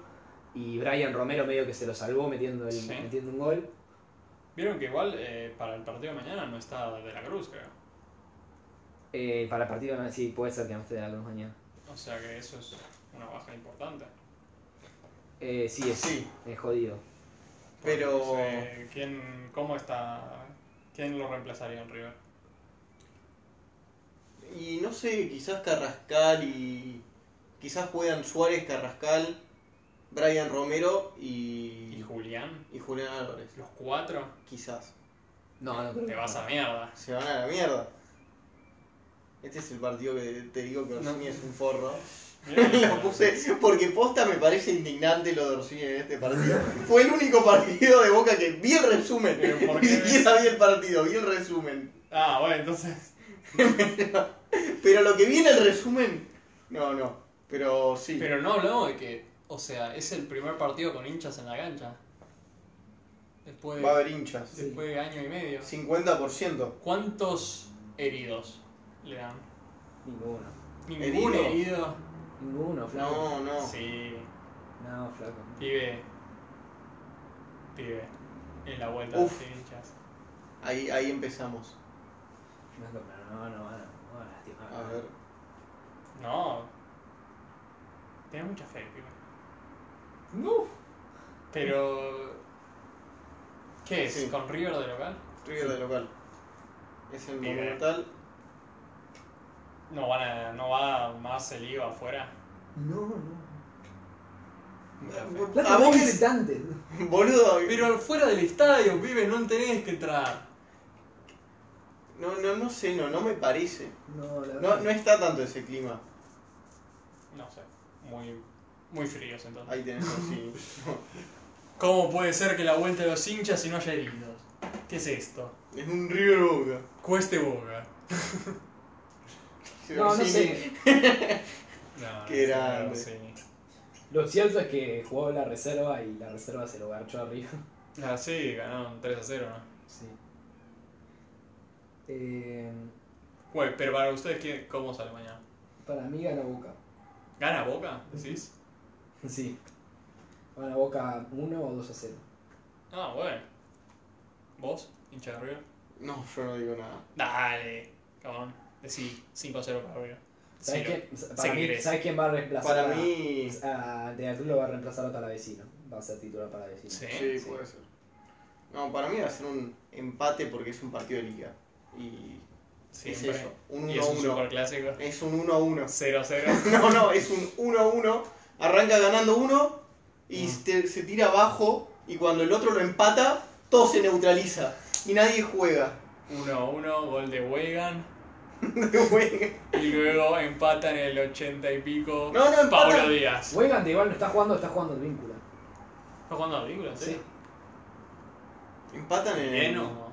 Y Brian Romero medio que se lo salvó metiendo, el-
Sí.
metiendo un gol.
Vieron que igual eh, para el partido de mañana no está De la Cruz, creo.
Eh, para el partido, no, sí, puede ser que no esté de la Cruz mañana.
O sea que eso es una baja importante.
Eh, sí, es,
Sí.
es jodido.
Porque,
Pero-
no sé, ¿quién, ¿Cómo está? ¿Quién lo reemplazaría en River?
Y no sé, quizás Carrascal y. Quizás juegan Suárez, Carrascal, Brian Romero
¿Y
y.
Julián?
y Julián Álvarez.
¿Los cuatro?
Quizás.
No, no creo.
Te vas a mierda.
Se van a la mierda. Este es el partido que te digo que Orsini es un forro. Lo puse porque posta me parece indignante lo de Orsini en este partido. Fue el único partido de Boca que vi el resumen.
Pero, ¿por
Ni
qué?
siquiera vi el partido, vi el resumen.
Ah, bueno, entonces.
Pero lo que vi en el resumen, no, no. Pero sí.
Pero no hablamos de que. O sea, es el primer partido con hinchas en la cancha. Después
Va a
de,
haber hinchas.
después de año y medio.
50%.
¿Cuántos heridos le dan?
Ninguno.
¿Ningún
¿Herido?
herido?
Ninguno, flaco.
No, no.
Sí,
No, flaco.
pibe. Pibe. en la vuelta.
Uf.
sí, hinchas.
Ahí, ahí empezamos.
No, no, no, van a- van a lastimar.
A ver.
No. Tenía mucha fe, pibe.
No.
Pero. ¿Qué es?
Sí.
¿Con River de local?
River de local. Es el
Bien.
Monumental.
No, van a, no va más el IVA afuera.
No, no.
Mucha fe.
Plata
A
muy
vos-
irritante.
Boludo,
Pero fuera del estadio, pibe, no tenés que entrar.
no, no, no sé, no, no me parece.
No, la
No, no está tanto ese clima.
No sé. Muy, muy fríos entonces.
Ahí tenés así.
¿Cómo puede ser que la vuelta de los hinchas y no haya heridos? ¿Qué es esto?
Es un River Boca.
Cueste boga.
Sí,
No, no
sí,
sé.
No,
Qué
no sé,
grande.
no sé.
Lo cierto es que jugó la reserva y la reserva se lo garchó arriba.
Ah, sí, ganaron 3 a 0, ¿no?
Sí. Eh,
Güey, pero para ustedes, ¿qué- ¿cómo sale mañana?
Para mí gana Boca.
¿Gana Boca? ¿Decís?
Sí. Gana Boca 1 o 2 a 0.
Ah, bueno. ¿Vos, hincha de River?
No, yo no digo nada.
Dale, cabrón. Decí 5 a 0 para River.
¿sabes,
Cero.
quién,
Sí,
para mí,
querés.
¿Sabes quién va a reemplazar?
Para
a-
mí.
a- ah, de Arturo va a reemplazar a Talavecino. Va a ser titular para Talavecino.
Sí.
Sí, puede ser. ¿eh? No, para mí va a ser un empate porque es un partido de liga. Y
Siempre.
es eso, un
y es un
1-1.
superclásico.
Es un 1 a 1.
0 a 0.
No, no, es un 1 a 1. Arranca ganando uno y
Mm.
te- se tira abajo. Y cuando el otro lo empata, todo se neutraliza. Y nadie juega.
1 a 1, gol de Weigand.
Juega.
Y luego empatan el 80 y pico.
No, no, empatan.
Pablo Díaz.
Weigand igual no está jugando, está jugando el vínculo.
¿Está jugando a película? Sí.
Sí.
Empatan en
Bien, ¿o?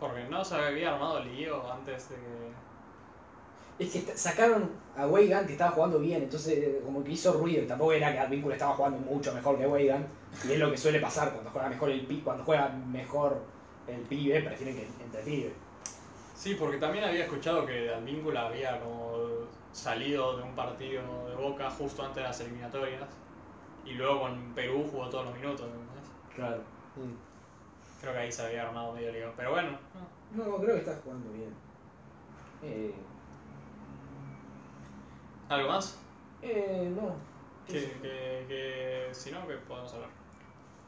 Porque no se había armado lío antes de que.
Es que está- sacaron a Weigand que estaba jugando bien, entonces eh, como que hizo ruido. y Tampoco era que Advíncula estaba jugando mucho mejor que Weigand. Y es lo que suele pasar cuando juega mejor el pi- cuando juega mejor el pibe, prefieren que entre el pibe.
Sí, porque también había escuchado que Advíncula había como salido de un partido de Boca justo antes de las eliminatorias. Y luego con Perú jugó todos los minutos. ¿entendés?
Claro.
Mm.
Creo que ahí se había armado medio lío. Pero bueno, no.
No, creo que está jugando bien.
Eh,
¿algo más?
Eh, no.
Que, que, que- si no, que podemos hablar.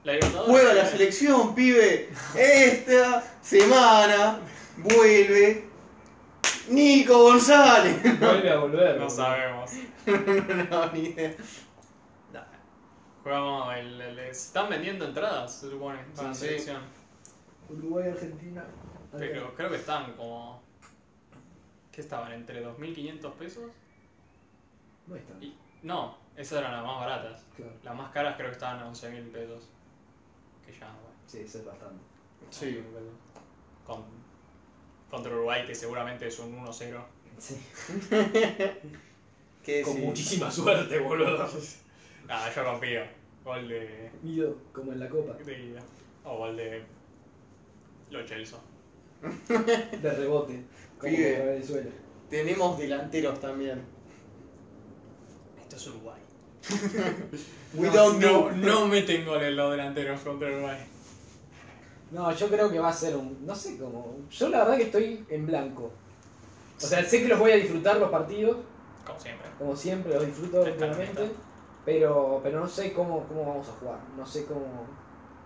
La Libertadores.
Juega la selección, pibe. Esta semana vuelve Nico González.
vuelve a volver.
No
boludo.
sabemos.
No, ni idea.
Jugamos el, el- están vendiendo entradas, se supone, para la
Sí, sí.
selección.
Uruguay, Argentina.
Pero creo que están como. ¿Qué estaban? ¿Entre 2.500 pesos?
No está.
Y, no, esas eran las más baratas.
Claro.
Las más caras creo que estaban a 11.000 pesos. Que ya, bueno.
Sí, eso es bastante.
Sí.
Con, contra Uruguay, que seguramente es un 1-0.
Sí.
¿Qué
Con
decís?
muchísima suerte, boludo.
Nada, Ah, yo confío. Gol de.
Guido, como en la copa.
de Guida. O gol de. Lo Chelso.
De rebote. Como
Pibe.
contra Venezuela.
Tenemos delanteros también.
Esto es Uruguay.
We
no,
don't
no,
know.
no meten goles los delanteros contra Uruguay.
No, yo creo que va a ser un. No sé cómo. Yo la verdad que estoy en blanco. O sea, sé que los voy a disfrutar los partidos,
Como siempre.
como siempre, los disfruto
Está,
realmente.
está.
Pero, pero no sé cómo, cómo vamos a jugar. No sé cómo.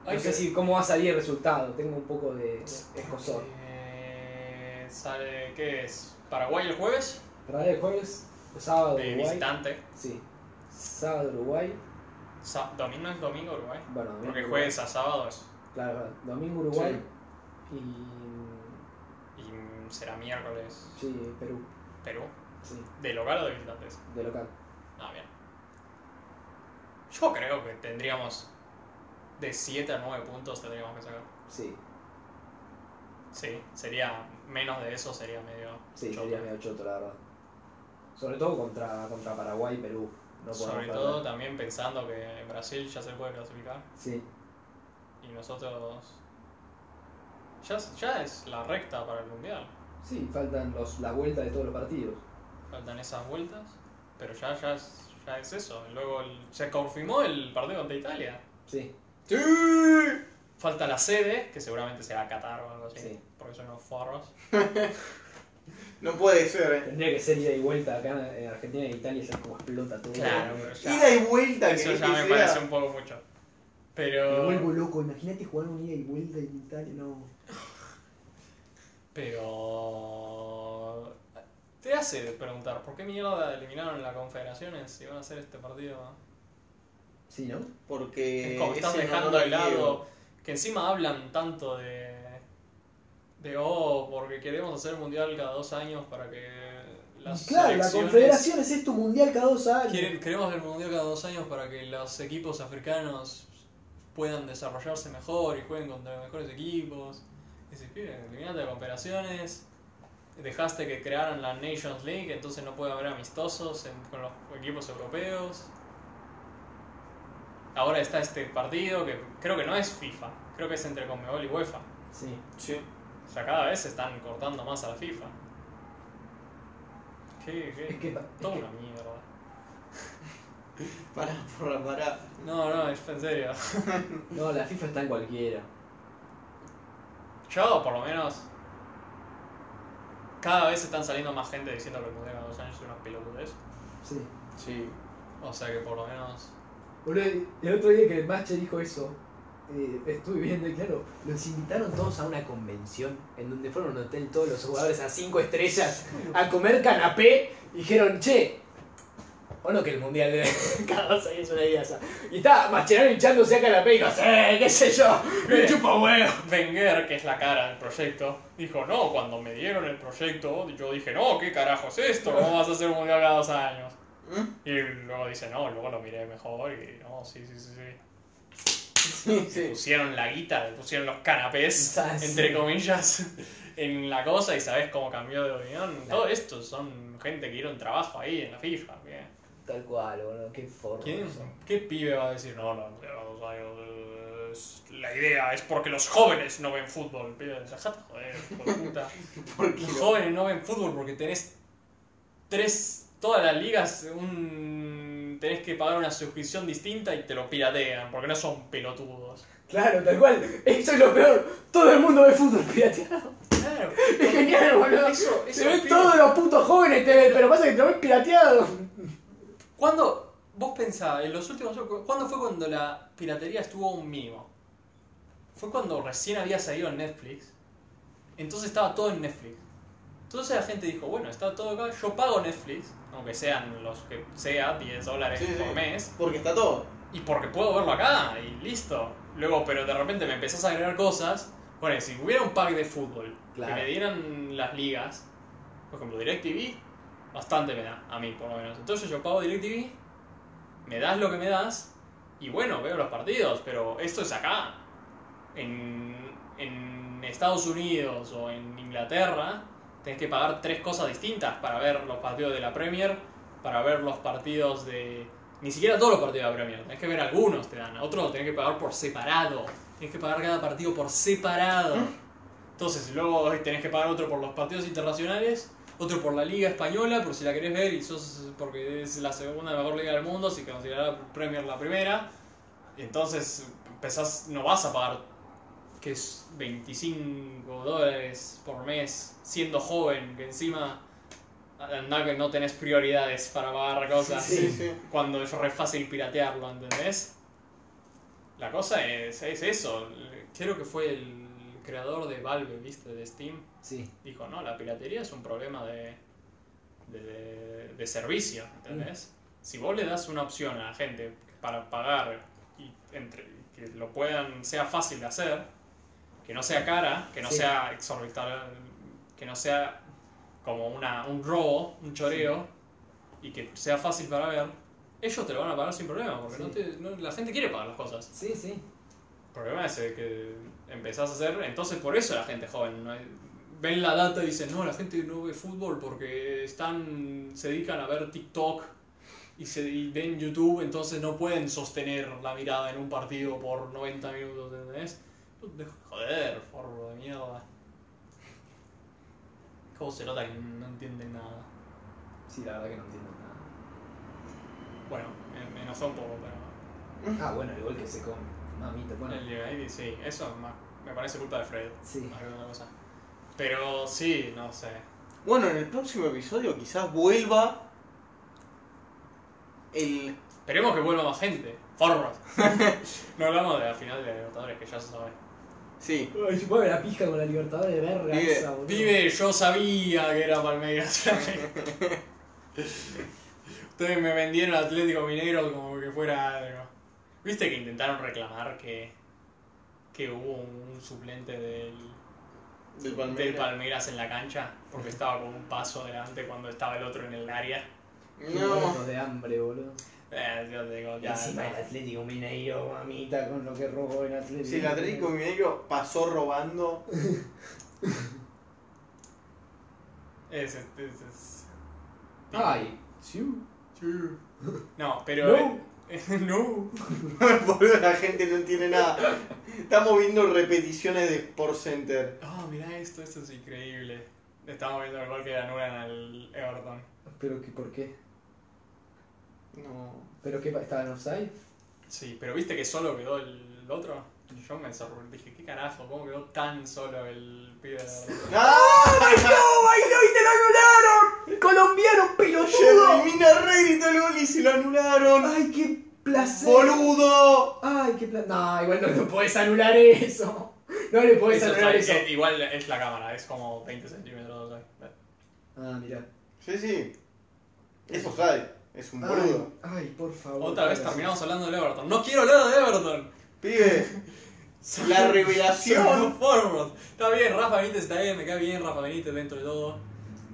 Hay
No sé
que-
si cómo va a salir el resultado. Tengo un poco de de escozor.
Eh, sale, ¿qué es? ¿Paraguay el jueves?
Para el jueves, sábado
De
Uruguay.
visitante.
Sí. Sábado Uruguay.
Sa- domingo es domingo Uruguay.
Bueno, domingo
Porque
Uruguay.
jueves a sábado es-
Claro, claro. domingo Uruguay. Y.
y mm, será miércoles
Sí, Perú.
Perú.
Sí,
¿De local o de visitantes?
de local.
Ah, bien. Yo creo que tendríamos de 7 a 9 puntos tendríamos que sacar.
Sí,
Sí, sería menos de eso, sería medio...
sí,
choto.
sería medio choto, la verdad. Sobre todo contra, contra Paraguay y Perú. No podemos
Sobre
perder.
todo también pensando que en Brasil ya se puede clasificar.
Sí,
Y nosotros. Ya, ya es la recta para el mundial.
sí, faltan los, la vuelta de todos los partidos.
Faltan esas vueltas. Pero ya, ya, es, ya es eso. Luego el- se confirmó el partido contra Italia.
Sí.
Sí.
Falta la sede, que seguramente será Qatar o algo así,
Sí.
porque son unos forros.
No puede ser, eh.
Tendría que ser ida y vuelta acá en Argentina e Italia, ya es como explota todo.
pero ya-
Ida y vuelta,
eso
querés
ya
que
me
sea.
parece un poco mucho.
Me vuelvo
Pero.
loco, imagínate jugar un ida y vuelta en Italia, no.
Pero. Te hace preguntar, ¿por qué mierda eliminaron la Confederaciones si van a hacer este partido?
Sí, ¿no?
Porque.
Es como estás
es en
dejando
honor a
de lado.
Diego.
Que encima hablan tanto de. de oh, porque queremos hacer mundial cada dos años para que las.
Claro, la
selecciones-
confederación es esto mundial cada dos años.
Quiere- Queremos el mundial cada dos años para que los equipos africanos puedan desarrollarse mejor y jueguen contra los mejores equipos. Y si piden, eliminaste las cooperaciones. Dejaste que crearan la Nations League, entonces no puede haber amistosos en- con los equipos europeos. Ahora está este partido que creo que no es FIFA, creo que es entre Conmebol y UEFA.
Sí.
Sí.
O sea, cada vez se están cortando más a la FIFA. Qué, qué,
Es que pa-
toda una mierda.
Pará, porra, pará.
No, no, es en serio.
No, la FIFA está en cualquiera.
Yo, por lo menos, cada vez están saliendo más gente diciendo que el Mundial de dos años es una pelotudez.
Sí.
Sí.
O sea que por lo menos.
Boludo, el otro día que Mache dijo eso, eh, estuve viendo y claro,
Los invitaron todos a una convención en donde fueron a un hotel todos los jugadores a cinco estrellas a comer canapé. Y dijeron, che, o no que el mundial de cada dos años es una idea esa. Y está Mascherano hinchándose a canapé y dijo, "Sí, qué sé yo, Eh. me chupa huevo.
Wenger, que es la cara del proyecto, dijo: No, cuando me dieron el proyecto, yo dije: No, ¿qué carajo es esto? ¿Cómo vas a hacer un mundial cada dos años?
¿Mm?
Y luego dice: No, luego lo miré mejor y no, sí, sí, sí. sí.
Sí,
Le
sí.
pusieron la guita, le pusieron los canapés,
Ah, sí.
entre comillas, en la cosa y sabes cómo cambió de opinión. Todo esto son gente que dieron trabajo ahí en la FIFA. que-
Tal cual, boludo, qué forro.
¿Quién? ¿Qué pibe va a decir? No, no, no, no, no, es- la idea es porque los jóvenes no ven fútbol. Pibe, dejate joder, hijo de puta.
¿Por qué
Los
no?
jóvenes no ven fútbol porque tenés tres, todas las ligas, un, tenés que pagar una suscripción distinta y te lo piratean porque no son pelotudos.
Claro, tal cual. Eso es lo peor. Todo el mundo ve fútbol pirateado.
Claro,
Es genial, boludo.
eso,
Se ven todos los putos jóvenes, te ven, pero pasa que te lo ven pirateado.
¿Cuándo, vos pensá, en los últimos años, ¿cuándo fue cuando la piratería estuvo a un mínimo? Fue cuando recién había salido en Netflix. Entonces estaba todo en Netflix. Entonces la gente dijo, bueno, está todo acá, yo pago Netflix, aunque sean los que sea, 10 dólares
Sí, sí.
por mes,
Porque está todo.
y porque puedo verlo acá, y listo. Luego, pero de repente me empezás a agregar cosas. Bueno, si hubiera un pack de fútbol
Claro.
que me dieran las ligas, por ejemplo, DirecTV, bastante me da, a mí por lo menos. Entonces yo pago DirecTV, me das lo que me das, y bueno, veo los partidos, pero esto es acá. En, en Estados Unidos o en Inglaterra, tenés que pagar tres cosas distintas para ver los partidos de la Premier, para ver los partidos de. Ni siquiera todos los partidos de la Premier, tenés que ver algunos te dan, a otros los tenés que pagar por separado. Tenés que pagar cada partido por separado. Entonces, luego tenés que pagar otro por los partidos internacionales, otro por la Liga Española, por si la querés ver, y sos porque es la segunda mejor liga del mundo, si considerás la Premier la primera. Y entonces empezás, no vas a pagar que es 25 dólares por mes, siendo joven, que encima andá que no tenés prioridades para pagar cosas
Sí, sí.
cuando es re fácil piratearlo, ¿entendés? La cosa es, es eso. Creo que fue el creador de Valve, ¿viste? De Steam.
Sí.
Dijo, no, la piratería es un problema de, de, de servicio, ¿entendés? Si vos le das una opción a la gente para pagar y entre, que lo puedan, sea fácil de hacer, que no sea cara, que no
Sí.
sea exorbitante, que no sea como una, un robo, un choreo, y que sea fácil para ver, ellos te lo van a pagar sin problema, porque no
Sí.
te- no- la gente quiere pagar las cosas.
sí, sí.
El problema es el que empezás a hacer, entonces por eso la gente joven, ¿no? ven la data y dicen, no, la gente no ve fútbol porque están, se dedican a ver TikTok y, se, y ven YouTube, entonces no pueden sostener la mirada en un partido por 90 minutos, ¿entendés? Joder, forro de mierda. ¿Cómo se nota que no entienden nada?
Sí, la verdad que no entiendo nada.
Bueno, me, me enojó un poco, pero...
Ah, bueno, igual que se come. Mamita, bueno.
El United, sí, eso es más- me parece culpa de Fred.
Sí.
Más que otra cosa. Pero sí, no sé.
Bueno, en el próximo episodio quizás vuelva el.
Esperemos que vuelva más gente. Forros. no hablamos de la final de Libertadores, que ya se sabe.
Sí.
Ay, yo puedo ver la pija con la Libertadores de verga
Vive-
esa, boludo.
Vive, yo sabía que era Palmeiras. Ustedes me vendieron Atlético Mineiro como que fuera algo. ¿Viste que intentaron reclamar que, que hubo un, un suplente del,
Del
del
Palmeiras.
Palmeiras en la cancha? Porque estaba con un paso adelante cuando estaba el otro en el área.
Qué muertos
no.
de hambre, boludo.
Eh, yo te digo, ya,
Encima el
no.
Atlético Mineiro, mamita.
Está oh, con lo que robó el Atlético.
Si el Atlético Mineiro pasó robando.
Es- es- es- es-
Ay, sí.
No, pero.
No.
eh, no.
Boludo, la gente no entiende nada. Estamos viendo repeticiones de Sport Center.
Oh, mirá esto, esto es increíble. Estamos viendo el gol que le anulan al Everton.
Pero que, ¿por qué?
No.
¿Pero qué? pa- ¿Estaba en offside?
Sí, pero viste que solo quedó el otro. Yo me sorprendí, dije, ¿qué carajo? ¿Cómo quedó tan solo el pibe de Everton?
¡Ah!
¡Colombiano
¡Se
pelotudo!
elimina Reddit el gol y se lo anularon!
¡Ay, qué placer!
¡Boludo!
¡Ay, qué placer! No, igual no lo podés anular eso. No le podés
Eso,
anular
¿sabes
eso.
qué? Igual es la cámara, es como 20 centímetros. o sea.
Ah, mirá.
Sí, sí. Eso sabe. Es un boludo.
Ay, ay, por favor.
Otra vez terminamos hablando del Everton. ¡No quiero hablar de Everton!
Pibe. La
Son
revelación.
los forwards. Está bien, Rafa Benítez está bien, me cae bien Rafa Benítez dentro de todo.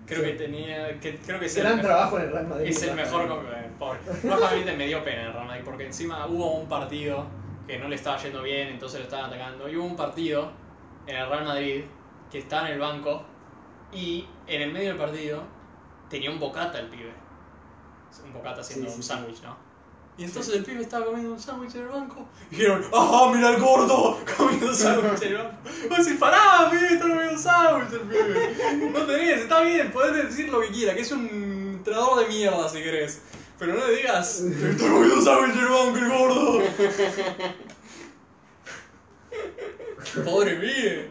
Creo que tenía. Que, creo que es el
Gran
mejor-
trabajo en el Real Madrid.
Es el mejor con- eh, pobre. Rafa Benítez me dio pena en Real Madrid, porque encima hubo un partido que no le estaba yendo bien, entonces lo estaban atacando. Y hubo un partido en el Real Madrid que estaba en el banco y en el medio del partido tenía un bocata el pibe. Un bocata haciendo
Sí, sí,
un
sí.
sándwich, ¿no? Y entonces el pibe estaba comiendo un sándwich en el banco. Y dijeron, ¡ajá, mira el gordo! Comiendo sándwich en el banco. Vos decís, pará, pibe, esto no es un sándwich, el pibe. No tenés, está bien, podés decir lo que quieras, que es un entrenador de mierda si querés. Pero no le digas, estoy comiendo un sándwich en el banco, el gordo. Pobre pibe.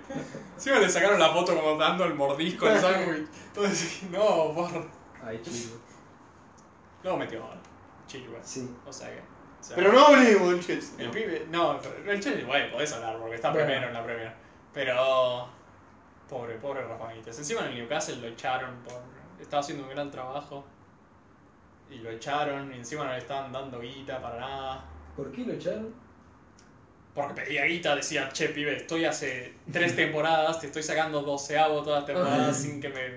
Encima le sacaron la foto como dando el mordisco al sándwich. Entonces, no, por...
Ay, chido.
Luego metió ahora. Chilwell.
Sí.
O sea que... o sea-
Pero no hablemos del Chelsea.
el pibe, no, pero el Chelsea, bueno, podés hablar porque está
Bueno.
primero en la primera. Pero. Pobre, pobre Rafa Benítez. Encima en el Newcastle lo echaron por. Estaba haciendo un gran trabajo. Y lo echaron, y encima no le estaban dando guita para nada.
¿Por qué lo echaron?
Porque pedía guita, decía, che, pibe, estoy hace tres temporadas, te estoy sacando doceavo todas las temporadas sin que me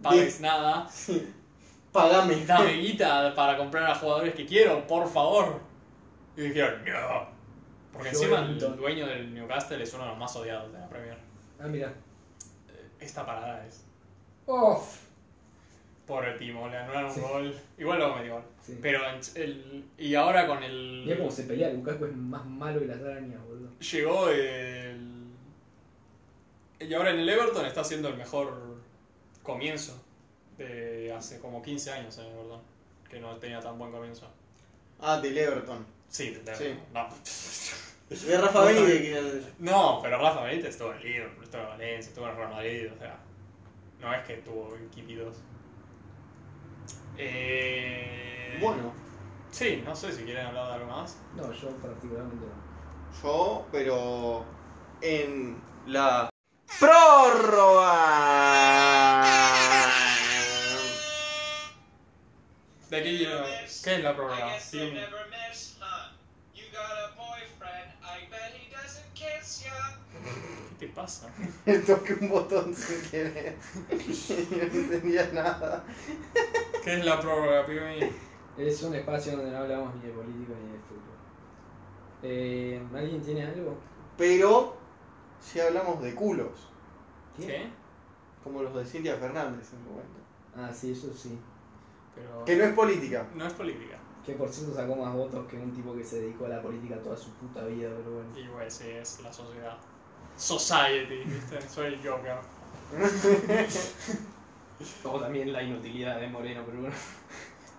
pagues nada.
Pagame.
Dame guita para comprar a jugadores que quiero, por favor. Y dijeron, no. Porque encima el
Llorando.
dueño del Newcastle es uno de los más odiados de la Premier.
Ah, mirá.
Esta parada es.
Off.
Pobre Timo, le anularon un
Sí.
gol. Igual luego metió gol.
Sí.
Pero en- el, y ahora con el.
Mirá cómo se pelea. El Lukaku es más malo que las arañas, boludo.
Llegó el. Y ahora en el Everton está siendo el mejor comienzo de hace como 15 años en el Everton. Que no tenía tan buen comienzo.
Ah, del Everton.
Sí, de-
Sí.
no.
De Rafa Benítez. que era el-
No, pero Rafa Benítez estuvo en Liverpool, estuvo en Valencia, estuvo en Real Madrid, o sea, no es que estuvo en Quipidos. Eh...
Bueno,
Sí, no sé si quieren hablar de algo más.
No, yo particularmente no.
yo, pero. En la. ¡Prórroga!
De aquí, eh, ¿qué es la prórroga?
I guess you
Bien.
never miss, huh? You got a boyfriend, I bet he doesn't kiss ya.
¿Qué te pasa?
Toqué un botón sin querer. Y no entendía nada.
¿Qué es la prórroga, pibe?
Es un espacio donde no hablamos ni de política ni de fútbol. Eh, ¿Alguien tiene algo?
Pero. Si hablamos de culos.
¿Qué?
Como los de Cintia Fernández en un momento.
Ah, sí, eso sí.
Pero...
Que no es política.
No es política.
Que por cierto sacó más votos que un tipo que se dedicó a la política toda su puta vida, pero bueno.
Y bueno, sí, es la sociedad. Society, ¿viste? Soy el Joker.
O también la inutilidad de Moreno, pero bueno.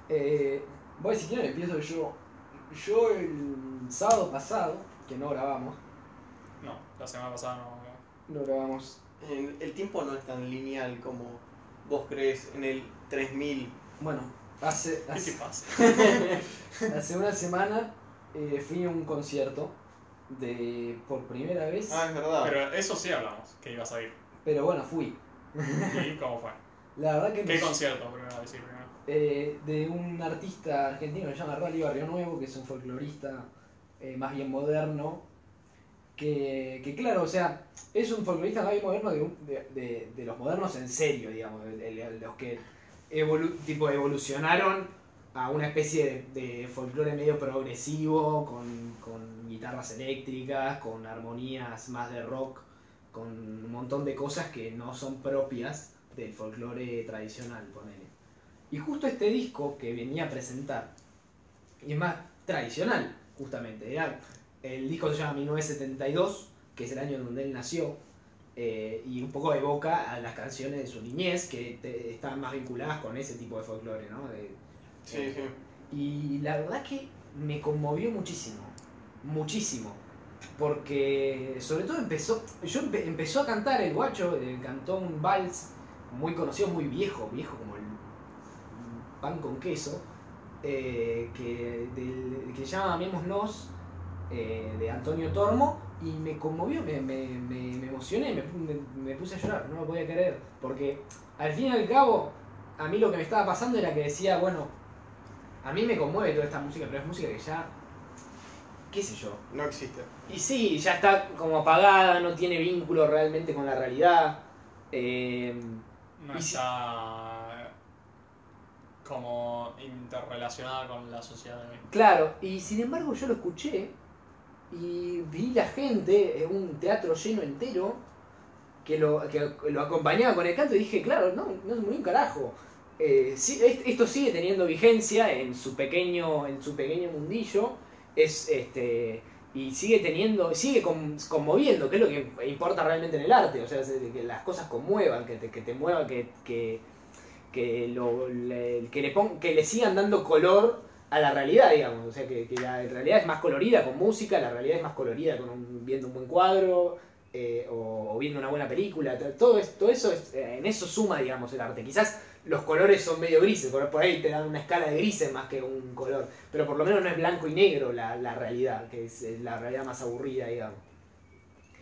Eh, bueno, si quieren empiezo yo. Yo el sábado pasado
que no grabamos.
No, la semana pasada no.
No grabamos.
El, el tiempo no es tan lineal como vos crees en el 3000.
Bueno, hace,
¿Qué te
hace,
pasa?
hace una semana eh, fui a un concierto de por primera vez,
Ah, es verdad.
Pero eso sí hablamos, que ibas a ir.
pero bueno, fui.
¿Y cómo fue?
La verdad que
¿Qué
me-
concierto? Primero, decir primero.
eh, de un artista argentino que se llama Rally Barrio Nuevo, que es un folclorista eh, más bien moderno, que, que claro, o sea, es un folclorista más bien moderno de, un- de, de- de los modernos en serio, digamos, de, de- de los que
evolu- tipo, evolucionaron a una especie de, de folclore medio progresivo, con, con guitarras eléctricas, con armonías más de rock, con un montón de cosas que no son propias del folclore tradicional, ponele. Y justo este disco que venía a presentar, y es más tradicional, justamente, era, el disco se llama 1972, que es el año en donde él nació, eh, y un poco evoca a las canciones de su niñez que te- están más vinculadas con ese tipo de folclore, ¿no? De-
Sí, sí.
y la verdad que me conmovió muchísimo, muchísimo, porque sobre todo empezó, yo empe- empezó a cantar el guacho, eh, cantó un vals muy conocido, muy viejo, viejo como el pan con queso, eh, que, del, que se llama Amémonos, eh, de Antonio Tormo, y me conmovió, me, me, me- me emocioné, me, me- me puse a llorar, no lo podía creer, porque al fin y al cabo, a mí lo que me estaba pasando era que decía, bueno, a mí me conmueve toda esta música, pero es música que ya, qué sé yo,
No existe.
y sí, ya está como apagada, no tiene vínculo realmente con la realidad. eh,
No
Y si-
está como interrelacionada con la sociedad de hoy.
claro, y sin embargo yo lo escuché y vi la gente, eh, un teatro lleno entero, que lo, que lo acompañaba con el canto y dije, claro, no, no es muy un carajo. Eh, sí, es- esto sigue teniendo vigencia en su pequeño, en su pequeño mundillo, es este y sigue teniendo, sigue con- conmoviendo, que es lo que importa realmente en el arte, o sea, se- que las cosas conmuevan, que te, que te muevan, que, que, que lo- le, que, le pon- que le sigan dando color a la realidad, digamos, o sea, que, que la realidad es más colorida con música, la realidad es más colorida con un- viendo un buen cuadro, eh, o, o viendo una buena película, t- todo, es- todo eso, es- eh, en eso suma, digamos, el arte. Quizás los colores son medio grises, por, por ahí te dan una escala de grises más que un color, pero por lo menos no es blanco y negro la, la realidad, que es eh, la realidad más aburrida, digamos.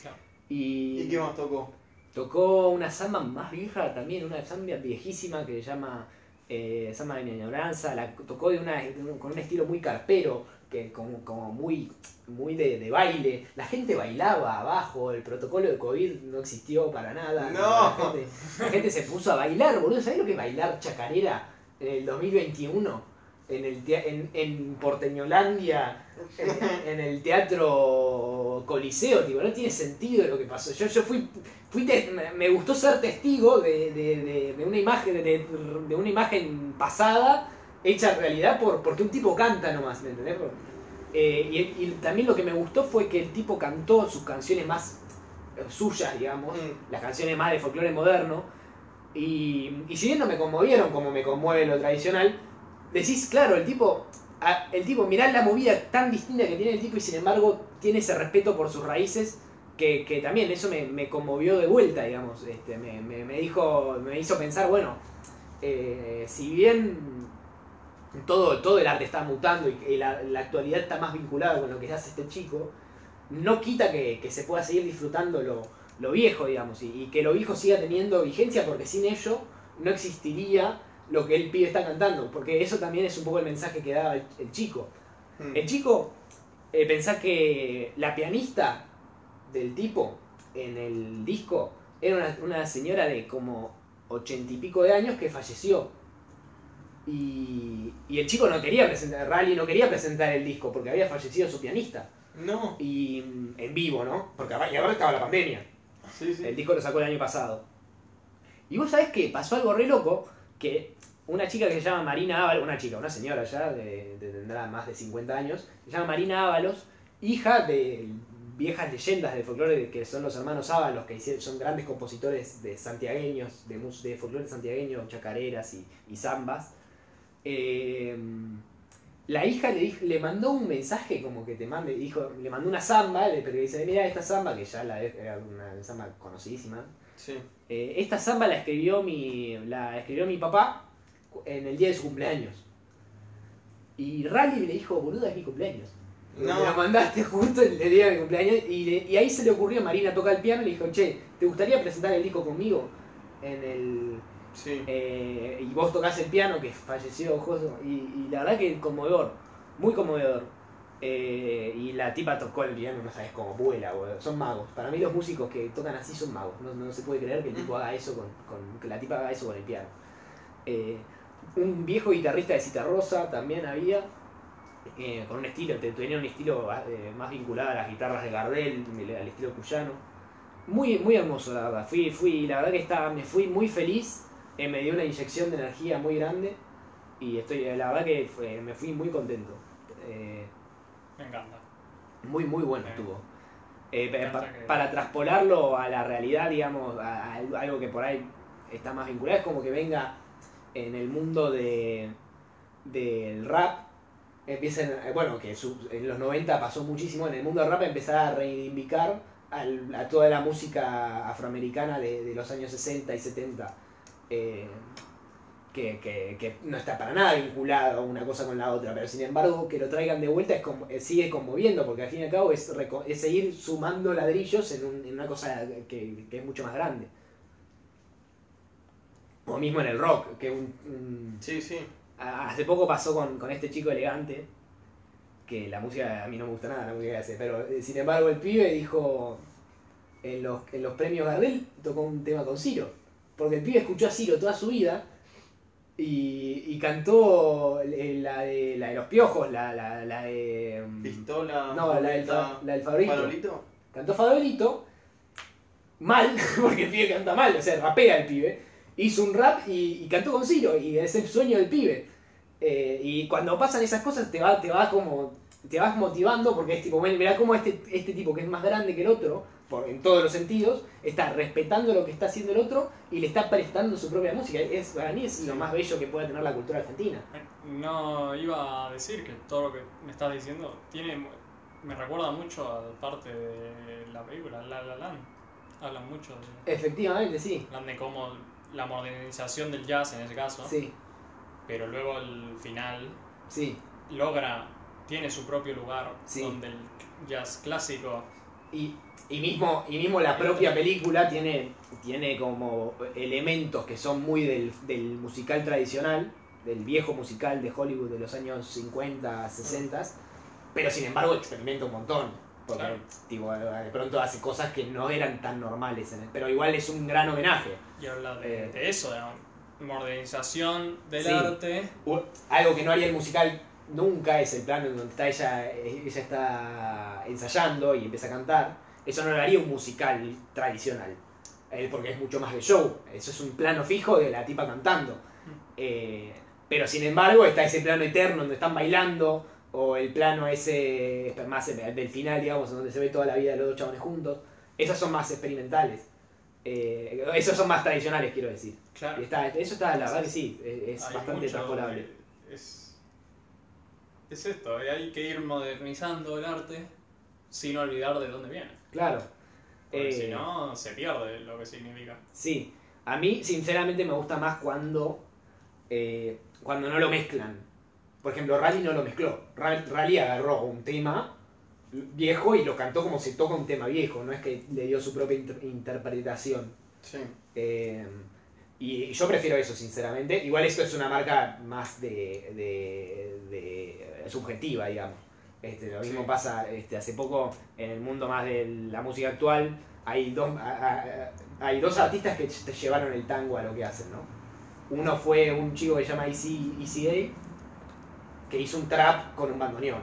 Claro.
Y,
¿Y qué más tocó?
tocó una samba más vieja también, una samba viejísima que se llama eh, samba de mi añoranza, la tocó de una, de un- con un estilo muy carpero, que como, como muy, muy de, de baile, la gente bailaba abajo, el protocolo de COVID no existió para nada,
No.
la, gente, la gente se puso a bailar, boludo, ¿sabés lo que es bailar chacarera en el 2021? En, el tea- en, en Porteñolandia, en, en el teatro Coliseo, tipo, no tiene sentido lo que pasó. Yo, yo fui, fui te- me- me gustó ser testigo de, de- de- de una imagen de, de una imagen pasada hecha realidad por porque un tipo canta nomás, ¿me entendés? Por- eh, y, y también lo que me gustó fue que el tipo cantó sus canciones más eh, suyas, digamos,
Mm,
las canciones más de folclore moderno. Y, y si bien no me conmovieron como me conmueve lo tradicional, decís, claro, el tipo, a- el tipo, mirá la movida tan distinta que tiene el tipo y sin embargo tiene ese respeto por sus raíces que, que también eso me, me conmovió de vuelta, digamos. Este, me, me- me dijo, me hizo pensar, bueno, eh, si bien todo, todo el arte está mutando y, y la, la actualidad está más vinculada con lo que hace este chico, no quita que, que se pueda seguir disfrutando lo, lo viejo, digamos, y, y que lo viejo siga teniendo vigencia porque sin ello no existiría lo que el pibe está cantando, porque eso también es un poco el mensaje que daba el- el chico.
mm.
El chico, eh, pensá que la pianista del tipo en el disco era una, una señora de como ochenta y pico de años que falleció. Y, y el chico no quería presentar, Rally no quería presentar el disco porque había fallecido su pianista.
No.
Y mm, en vivo, ¿no? Porque ahora- y ahora estaba la pandemia.
Sí, sí.
El disco lo sacó el año pasado. Y vos sabés que pasó algo re loco, que una chica que se llama Marina Ábalos, una chica, una señora ya, de, de- tendrá más de 50 años, se llama Marina Ábalos, hija de viejas leyendas del folclore, que son los hermanos Ábalos, que hicieron- son grandes compositores de santiagueños, de, mus- de folclore santiagueño, chacareras y, y zambas. Eh, la hija le, dijo- le mandó un mensaje como que te mande, dijo, le mandó una samba, le pero le dice, mira esta samba, que ya la, era una samba conocidísima.
Sí.
Eh, esta samba la escribió mi. la escribió mi papá cu- en el día de su cumpleaños. Y Rally le dijo, boluda, es mi cumpleaños. Me la
No,
mandaste justo el día de mi cumpleaños. Y, le- y ahí se le ocurrió, Marina toca el piano y le dijo, che, ¿te gustaría presentar el disco conmigo? En el.
sí.
eh, y vos tocás el piano, que falleció Joso. Y, y la verdad que conmovedor, muy conmovedor. Eh, y la tipa tocó el piano, no sabes cómo vuela, boludo. Son magos. Para mí los músicos que tocan así son magos. No, no se puede creer que el tipo haga eso con, con- que la tipa haga eso con el piano. Eh, un viejo guitarrista de Cita Rosa también había. eh, con un estilo, te- tenía un estilo eh, más vinculado a las guitarras de Gardel, al estilo cuyano. Muy, muy hermoso, la verdad. Fui, fui, la verdad que estaba, me fui muy feliz eh, me dio una inyección de energía muy grande y estoy la verdad que fue- me fui muy contento Eh,
Me encanta.
muy muy bueno
Sí.
estuvo Eh,
Me
pa-
encanta que-
para traspolarlo a la realidad digamos a, a algo que por ahí está más vinculado es como que venga en el mundo de del rap empiecen eh, bueno que su- en los 90 pasó muchísimo en el mundo del rap empezar a reivindicar al- a toda la música afroamericana de, de los años 60 y 70 eh, que, que- que no está para nada vinculado una cosa con la otra, pero sin embargo que lo traigan de vuelta es como- eh, sigue conmoviendo, porque al fin y al cabo es, reco- es seguir sumando ladrillos en, un- en una cosa que, que es mucho más grande. O mismo en el rock, que un- un,
Sí, sí.
Ah, Hace poco pasó con, con este chico elegante, que la música, a mí no me gusta nada la música que hace, pero eh, sin embargo el pibe dijo, en los, en los premios Gardel tocó un tema con Ciro, porque el pibe escuchó a Ciro toda su vida y, y cantó eh, la de, la de los piojos, la, la, la de... mm,
Pistola.
No, la del, fa-
paleta,
la del Favorito.
Farolito.
Cantó Farolito mal, porque el pibe canta mal, o sea, rapea el pibe. Hizo un rap y, y cantó con Ciro, y es el sueño del pibe. Eh, y cuando pasan esas cosas te va, te va como. te vas motivando porque es tipo, bueno, mirá cómo este, este tipo que es más grande que el otro, por- en todos los sentidos, está respetando lo que está haciendo el otro y le está prestando su propia música. Es, para mí es lo más bello que pueda tener la cultura argentina.
Eh, No iba a decir que todo lo que me estás diciendo tiene mu- me recuerda mucho a parte de la película La La Land. Hablan mucho de,
Efectivamente, sí.
hablan de cómo la modernización del jazz en ese caso,
Sí,
pero luego el final
sí.
logra tiene su propio lugar
Sí.
donde el jazz clásico
Y, y mismo, y mismo la propia película tiene, tiene como elementos que son muy del, del musical tradicional, del viejo musical de Hollywood de los años 50, 60, pero sin embargo experimenta un montón. Porque
Claro.
tipo, de pronto hace cosas que no eran tan normales, en el- pero igual es un gran homenaje.
y habla de,
Eh.
de eso, de la modernización del
Sí.
arte.
U- Algo que no haría el musical nunca es el plano en donde está ella, eh, ella está ensayando y empieza a cantar. Eso no lo haría un musical tradicional, eh, porque es mucho más de show. Eso es un plano fijo de la tipa cantando. Eh, pero sin embargo está ese plano eterno donde están bailando, o el plano ese eh, más del final, digamos, en donde se ve toda la vida de los dos chabones juntos. Esas son más experimentales. Eh, esos son más tradicionales, quiero decir.
Claro.
Y está- eso está, la verdad que sí, es
hay
bastante
mucho
transpolable.
de- Es, es esto, y hay que ir modernizando el arte sin olvidar de dónde viene.
Claro.
Porque
Eh,
si no, se pierde lo que significa.
Sí. A mí, sinceramente, me gusta más cuando, eh, cuando no lo mezclan. Por ejemplo, Rally no lo mezcló. Ra- Rally agarró un tema viejo y lo cantó como se toca un tema viejo. No es que le dio su propia inter- interpretación.
Sí.
Eh, y yo prefiero eso, sinceramente. Igual esto es una marca más de, de- de- subjetiva, digamos. Este, lo mismo
Sí.
pasa este, hace poco en el mundo más de la música actual. Hay dos, a- a- hay dos artistas que te llevaron el tango a lo que hacen, ¿no? Uno fue un chico que se llama Easy, Easy Day, que hizo un trap con un bandoneón.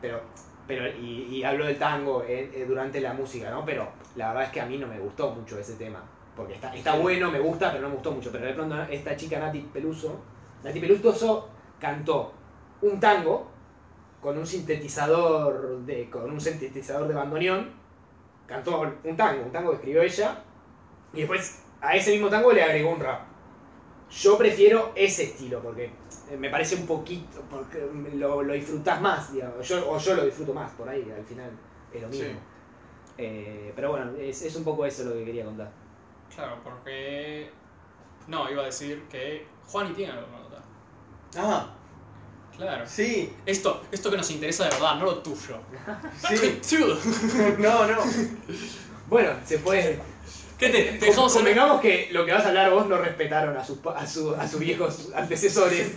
Pero, pero, y, y habló del tango eh, eh, durante la música, ¿no? Pero la verdad es que a mí no me gustó mucho ese tema. Porque está, está bueno, me gusta, pero no me gustó mucho. Pero de pronto esta chica Nati Peluso, Nati Peluso cantó un tango con un sintetizador de, con un sintetizador de bandoneón. Cantó un tango, un tango que escribió ella. Y después a ese mismo tango le agregó un rap. Yo prefiero ese estilo, porque eh, me parece un poquito, porque lo, lo disfrutás más, digamos. Yo, o yo lo disfruto más por ahí, al final es lo mismo.
Sí.
Eh, pero bueno, es, es un poco eso lo que quería contar.
Claro, porque. No, iba a decir que Juani tiene algo para notar.
Ah,
Claro.
sí,
Esto, esto que nos interesa de verdad, no lo tuyo.
sí.
Dude,
No, no.
Bueno, se puede.
¿Qué te, te dejamos en
Convengamos que lo que vas a hablar vos no respetaron a sus, pa- a su- a sus viejos antecesores.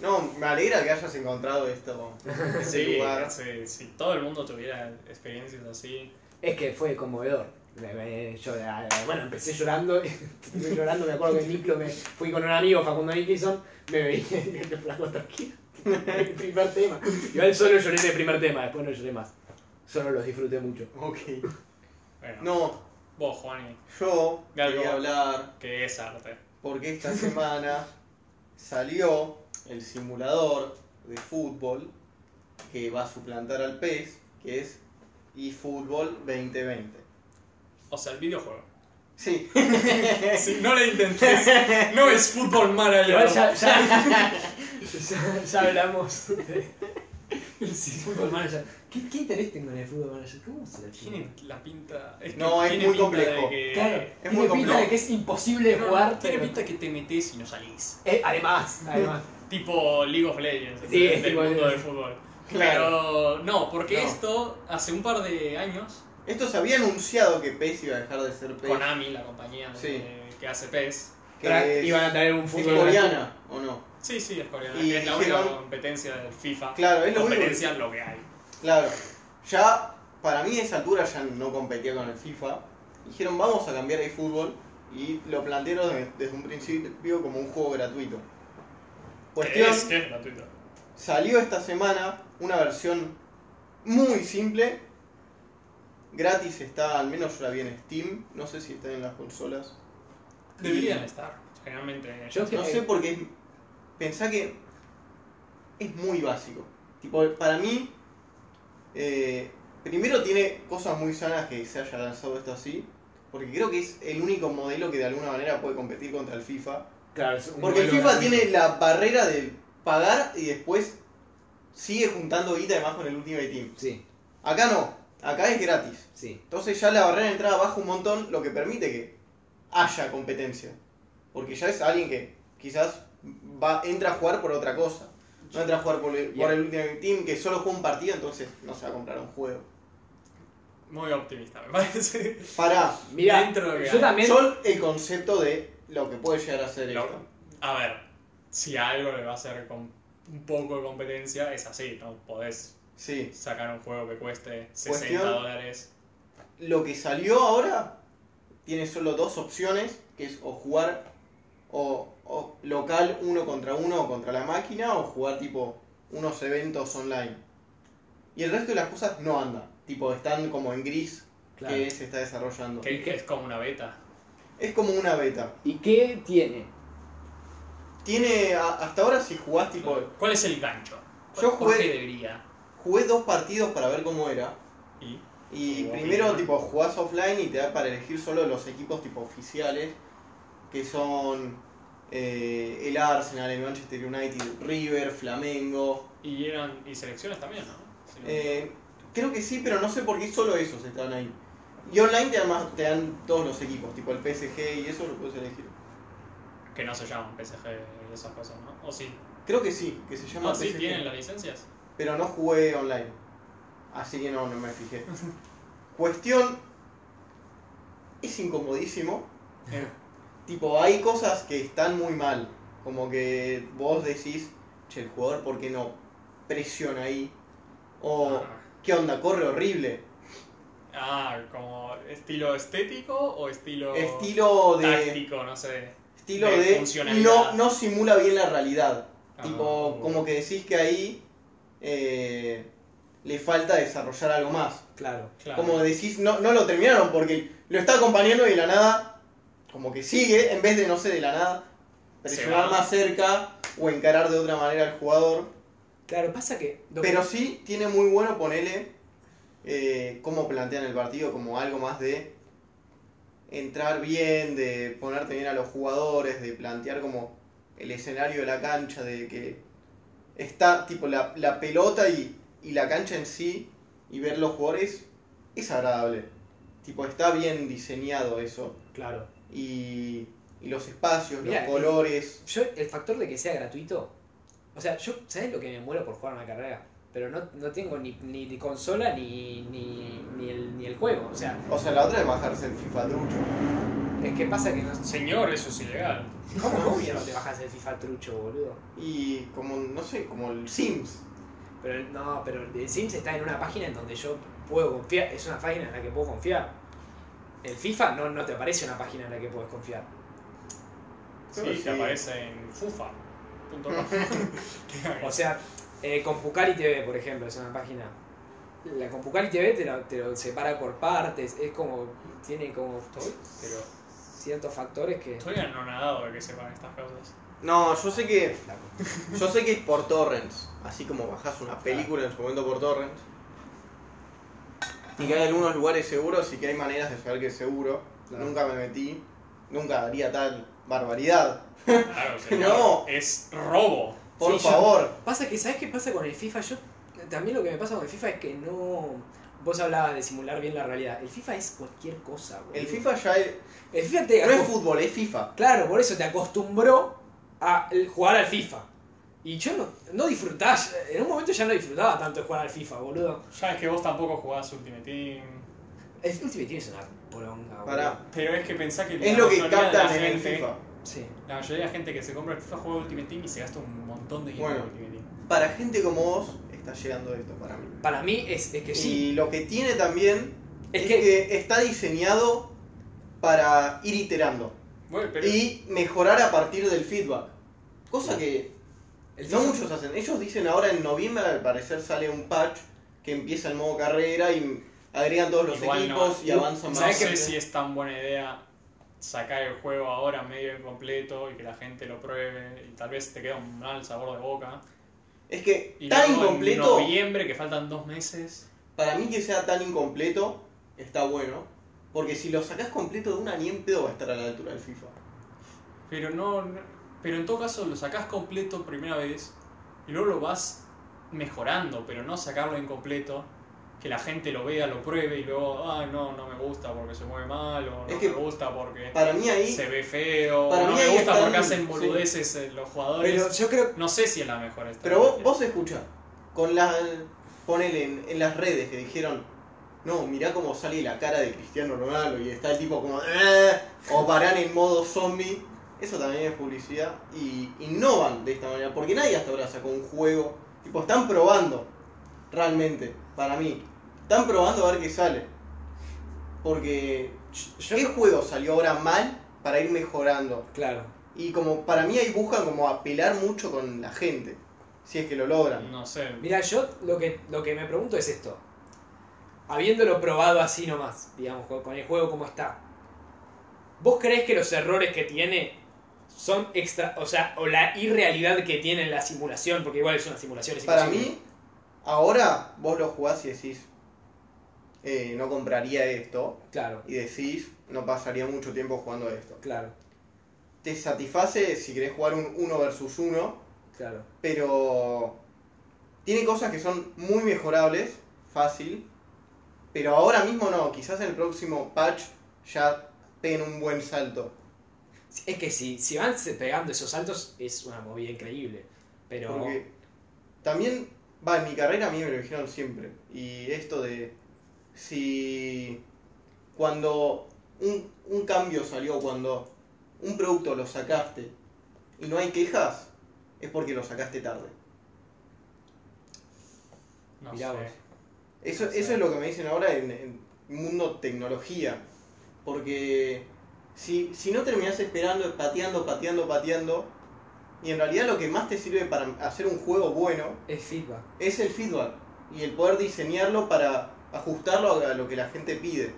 No, me alegra que hayas encontrado esto. Ese
Sí,
lugar.
sí, si todo el mundo tuviera experiencias así.
Es que fue conmovedor. Me- me- yo, eh, bueno, empecé llorando, empecé llorando, me acuerdo que en Niclo me fui con un amigo, Facundo Nicholson, me bebí el flaco tranquilo. El primer tema. Igual solo lloré en el primer tema, después no lloré más. Solo los disfruté mucho.
Ok.
Bueno,
No,
vos, Juani,
yo
Galgo.
quería hablar
que es arte.
porque esta semana salió el simulador de fútbol que va a suplantar al PES, que es eFootball 2020.
O sea, el videojuego.
Sí,
Si no le intentes, no es fútbol
Igual
manager.
ya, ya, ya- ya hablamos de- del fútbol manager. ¿Qué, qué interés tengo en el fútbol manager? ¿Cómo se la tiene?
Tiene la pinta. es que
No, es
tiene
muy
pinta
complejo.
de que-
Claro,
es
tiene
muy
pinta
complejo.
de que es imposible
No,
jugar.
tiene
pero-
pinta que te metes y no salís.
Eh, además, además.
Tipo League of Legends,
Sí,
del
es tipo-
mundo del fútbol.
Claro.
Pero no, porque
No.
esto hace un par de años,
esto se había anunciado que PES iba a dejar de ser PES.
Konami, la compañía de-
Sí.
que hace PES,
que
Pero
es-
iban a tener un
es
fútbol
coreana, ¿o no?
Sí, sí, es coreana.
Y
que es la
dijeron-
única competencia del FIFA.
Claro, es lo único que-
competencia es lo que hay.
Claro, ya para mí a esa altura ya no competía con el FIFA. Dijeron vamos a cambiar el fútbol y lo plantearon de- desde un principio como un juego gratuito.
Que
Cuestión,
es,
Este.
que es gratuito.
salió esta semana una versión muy simple. Gratis está, al menos yo la vi en Steam, no sé si está en las consolas.
Deberían estar. Generalmente.
Yo
No sé porque es, pensá que es muy básico. Tipo, para mí, eh, primero tiene cosas muy sanas que se haya lanzado esto así, porque creo que es el único modelo que de alguna manera puede competir contra el FIFA.
Claro, es un
Porque el
modelo
FIFA
gratuito.
tiene la barrera de pagar y después sigue juntando guita además con el Ultimate Team.
Sí,
Acá no, acá es gratis.
sí.
Entonces ya la barrera de entrada baja un montón, lo que permite que haya competencia. Porque ya es alguien que quizás va, entra a jugar por otra cosa. No entra a jugar por el, por el Ultimate Team, que solo juega un partido, entonces no se va a comprar un juego.
Muy optimista, me parece.
Para
Mira,
Dentro de-
yo también.
yo el concepto de lo que puede llegar a ser
Lo-
esto.
A ver, si algo le va a hacer con un poco de competencia, es así. No podés
Sí.
sacar un juego que cueste 60
Cuestión-
dólares.
Lo que salió ahora tiene solo dos opciones, que es o jugar o, o local uno contra uno o contra la máquina, o jugar tipo unos eventos online. Y el resto de las cosas no andan. Tipo, están como en gris
Claro.
que se está desarrollando.
Que, que es como una beta.
Es como una beta.
¿Y qué tiene?
Tiene. a- hasta ahora si jugás tipo.
¿Cuál es el gancho?
Yo
¿Por
jugué-
qué debería?
Jugué dos partidos para ver cómo era.
Y
Y
Como
primero,
mínimo.
tipo, jugás offline y te da para elegir solo los equipos tipo oficiales, que son eh, el Arsenal, el Manchester United, River, Flamengo.
Y eran y selecciones también, ¿no? Si no-
Eh, creo que sí, pero no sé por qué solo esos están ahí. Y online te, además te dan todos los equipos, tipo el PSG y eso lo puedes elegir.
que no se llaman PSG y esas cosas, ¿no? O sí.
Creo que sí, que se llama
Ah, sí,
PSG,
tienen las licencias.
pero no jugué online. Así que no, no me fijé. Cuestión, es incomodísimo.
Eh,
Tipo, hay cosas que están muy mal. Como que vos decís, che, el jugador, ¿por qué no presiona ahí? O,
ah.
¿qué onda? Corre horrible.
Ah, como estilo estético o estilo
estilo de.
táctico, no sé.
estilo
de
de.
funcionalidad.
no, no simula bien la realidad.
Ah,
tipo, como que decís que ahí. eh, le falta desarrollar algo más.
Claro.
claro.
Como decís, no, no lo terminaron porque lo está acompañando y de la nada, como que sigue, en vez de, no sé, de la nada,
Se
presionar
va.
más cerca o encarar de otra manera al jugador.
Claro, pasa que. lo que-
Pero sí tiene muy bueno ponerle eh, cómo plantean el partido, como algo más de entrar bien, de ponerte bien a los jugadores, de plantear como el escenario de la cancha, de que está tipo la, la pelota y, y la cancha en sí y ver los jugadores es agradable. Tipo, está bien diseñado eso.
Claro.
Y, y los espacios,
Mirá,
los colores.
Yo, el factor de que sea gratuito. O sea, yo, ¿sabes lo que me muero por jugar una carrera? Pero no, no tengo ni, ni, ni consola ni, ni, ni, el, ni el juego. O sea,
O sea, la otra es bajarse el FIFA trucho.
es que pasa que no.
Señor, eso es ilegal.
¿Cómo no te bajas el FIFA trucho, boludo?
Y como, no sé, como el Sims.
Pero no, pero el Sims está en una página en donde yo puedo confiar, es una página en la que puedo confiar. El FIFA no, no te aparece una página en la que puedes confiar.
Sí,
Creo que
te aparece en FUFA. Punto com.
O sea, eh, Compucari TV, por ejemplo, es una página. La Compucari TV te lo, te lo separa por partes, es como. tiene como
pero
ciertos factores que.
estoy anonadado de que sepan estas cosas.
No, yo sé que. Yo sé que es por torrents. Así como bajás una película en su momento por torrents. Y que hay algunos lugares seguros y que hay maneras de saber que es seguro.
Claro.
Nunca me metí. Nunca haría tal barbaridad.
Claro, señor,
No.
Es robo.
Por
Sí, yo-
favor.
Pasa que, ¿sabes qué pasa con el FIFA? Yo también lo que me pasa con el FIFA es que no. Vos hablabas de simular bien la realidad. El FIFA es cualquier cosa, boludo.
El FIFA ya es.
El FIFA te
No es
acos-
fútbol, es FIFA.
Claro, por eso te acostumbró a el- jugar al FIFA. Y yo no, no disfrutaba, en un momento ya no disfrutaba tanto de jugar al FIFA, boludo.
Ya es que vos tampoco jugás Ultimate Team.
El Ultimate Team es una poronga, boludo.
Pará.
Pero es que pensá que. la
Es lo que
mayoría de la
captan en el
gente-
FIFA.
Sí.
La mayoría de la gente que se compra el FIFA juega Ultimate Team y se gasta un montón de dinero
Bueno.
en Ultimate Team.
Para gente como vos, está llegando esto para mí.
Para mí es, es que sí.
Y lo que tiene también
Es
es,
que-
que... está diseñado para ir iterando
Bueno, pero.
y mejorar a partir del feedback. Cosa que
El
no
FIFA-
muchos hacen. Ellos dicen ahora en noviembre, al parecer, sale un patch que empieza el modo carrera y agregan todos los
Igual no. Uh,
equipos y avanzan
No
más.
¿Sabés
sé
que-
si es tan buena idea sacar el juego ahora medio incompleto y que la gente lo pruebe y tal vez te queda un mal sabor de boca.
Es que
Y
tan
luego
incompleto,
En noviembre, que faltan dos meses.
para mí que sea tan incompleto, está bueno. Porque si lo sacás completo de una, ni en pedo va a estar a la altura del FIFA.
Pero no. no- Pero en todo caso lo sacás completo primera vez y luego lo vas mejorando, pero no sacarlo incompleto, que la gente lo vea, lo pruebe y luego, ah, no, no me gusta porque se mueve mal, o no
Es que
me gusta porque
Para mí ahí,
se ve feo, o
para
no
mí
me
ahí
gusta
están-
porque hacen
sí.
boludeces eh, los jugadores.
Pero yo creo.
no sé si es la mejor esta.
Pero vos, vos escuchá, con la. Ponele en, en las redes que dijeron. No, mirá cómo sale la cara de Cristiano Ronaldo y está el tipo como. "Ah", O paran en modo zombie. Eso también es publicidad. Y innovan de esta manera. Porque nadie hasta ahora sacó un juego. Tipo, están probando. Realmente, para mí. Están probando a ver qué sale. Porque.
yo-
¿Qué juego salió ahora mal para ir mejorando?
Claro.
Y como para mí ahí buscan como apelar mucho con la gente. Si es que lo logran.
No sé.
Mira, yo lo que, lo que me pregunto es esto. Habiéndolo probado así nomás, digamos, con, con el juego como está. ¿Vos crees que los errores que tiene son extra, o sea, o la irrealidad que tiene la simulación, porque igual es una simulación, es
Para
imposible.
mí, ahora vos lo jugás y decís, eh, no compraría esto.
Claro,
Y decís, no pasaría mucho tiempo jugando esto.
claro,
Te satisface si querés jugar un 1 versus 1,
claro.
pero tiene cosas que son muy mejorables, fácil. Pero ahora mismo no, quizás en el próximo patch ya peguen un buen salto.
Es que si, si van pegando esos saltos es una movida increíble. Pero
Porque también, va, en mi carrera a mí me lo dijeron siempre. Y esto de si cuando un, un cambio salió, cuando un producto lo sacaste y no hay quejas, es porque lo sacaste tarde.
No
Mirá
sé.
vos.
Eso,
Sí.
eso es lo que me dicen ahora en, en mundo tecnología. Porque si, si no terminás esperando, pateando, pateando, pateando, y en realidad lo que más te sirve para hacer un juego bueno
es feedback.
es el feedback y el poder diseñarlo para ajustarlo a lo que la gente pide.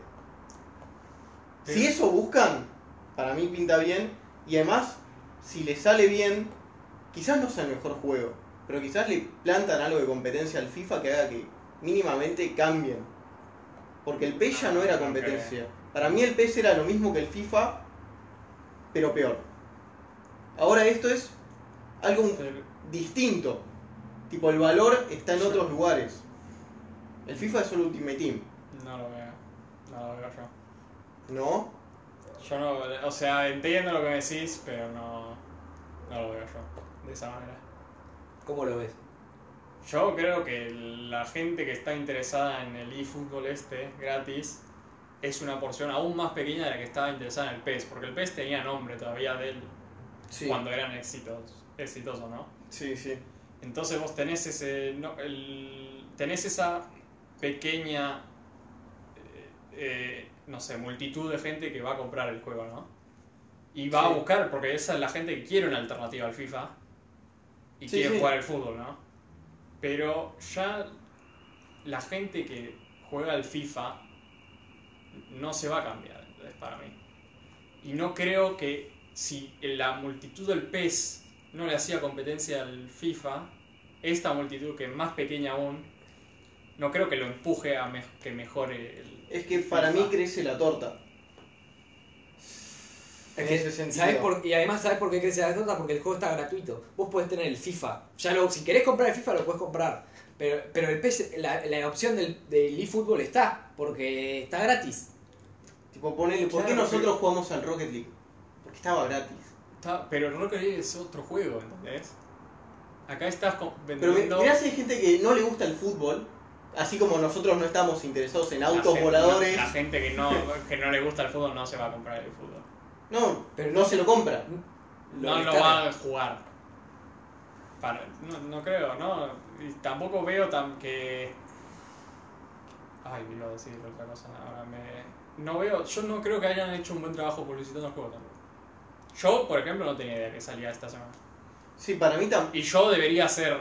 Sí.
Si eso buscan, para mí pinta bien y además, si le sale bien, quizás no sea el mejor juego, pero quizás le plantan algo de competencia al FIFA que haga que mínimamente cambien. Porque el PES ya no era competencia. Para mí el E PES era lo mismo que el FIFA, pero peor. Ahora esto es algo
Pero-
distinto. Tipo, el valor está en otros lugares. El FIFA es solo Ultimate Team,
No lo veo. No lo veo yo.
¿no?
Yo no. O sea, entiendo lo que me decís, pero no. No lo veo yo. De esa manera.
¿Cómo lo ves?
Yo creo que la gente que está interesada en el eFootball este, gratis, es una porción aún más pequeña de la que estaba interesada en el PES. Porque el PES tenía nombre todavía de él
Sí.
cuando eran éxitos, exitosos, ¿no?
Sí, sí.
Entonces vos tenés ese. no, el- tenés esa pequeña. eh, eh, no sé, multitud de gente que va a comprar el juego, ¿no? Y va a
Sí.
buscar, porque esa es la gente que quiere una alternativa al FIFA y
Sí,
quiere
sí.
jugar al fútbol, ¿no? Pero ya la gente que juega al FIFA no se va a cambiar, es para mí. Y no creo que si la multitud del PES no le hacía competencia al FIFA, esta multitud que es más pequeña aún, no creo que lo empuje a me- que mejore el...
Es que para
FIFA.
mí crece la torta. En ese sentido.
Eh, ¿sabés por- y además, ¿sabes por qué crece la torta? Porque el juego está gratuito. Vos podés tener el FIFA. Ya lo, si querés comprar el FIFA, lo podés comprar. Pero, pero el PS la, la opción del, del eFootball está, porque está gratis.
Tipo, ponele, ¿por
Claro,
qué nosotros
pero-
jugamos al Rocket League? Porque estaba gratis.
Está- pero el Rocket League es otro juego, ¿entendés? Acá estás co-
Pero mi-
vendiendo...
mirá si hay gente que no le gusta el fútbol, así como nosotros no estamos interesados en
la
autos
gente-
voladores.
La gente que no, que no le gusta el fútbol no se va a comprar el fútbol.
No,
Pero
no se lo compra.
No lo
descarga.
va a jugar. Para- no, no creo, ¿no? Y tampoco veo tan que. Ay, iba a decir otra cosa. Ahora me. No veo. Yo no creo que hayan hecho un buen trabajo publicitando el juego tampoco. Yo, por ejemplo, no tenía idea que salía esta semana.
Sí, para mí también.
Y yo debería ser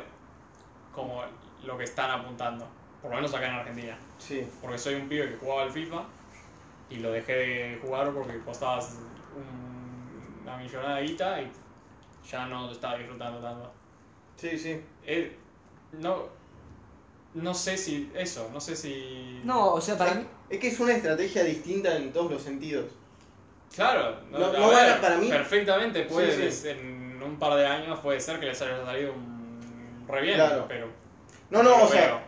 como lo que están apuntando. Por lo menos acá en Argentina.
Sí.
Porque soy un pibe que jugaba al FIFA y lo dejé de jugar porque costaba un- una millonada de guita y ya no lo estaba disfrutando tanto.
Sí, sí.
Eh, no, no sé si eso, no sé si...
No, o sea, para mí.
Es que es una estrategia distinta en todos los sentidos.
Claro,
No-
a
no
ver,
vale para mí.
Perfectamente, puede,
Sí, sí.
en un par de años puede ser que les haya salido un re bien,
Claro.
pero...
No, no,
pero
o sea,
veo.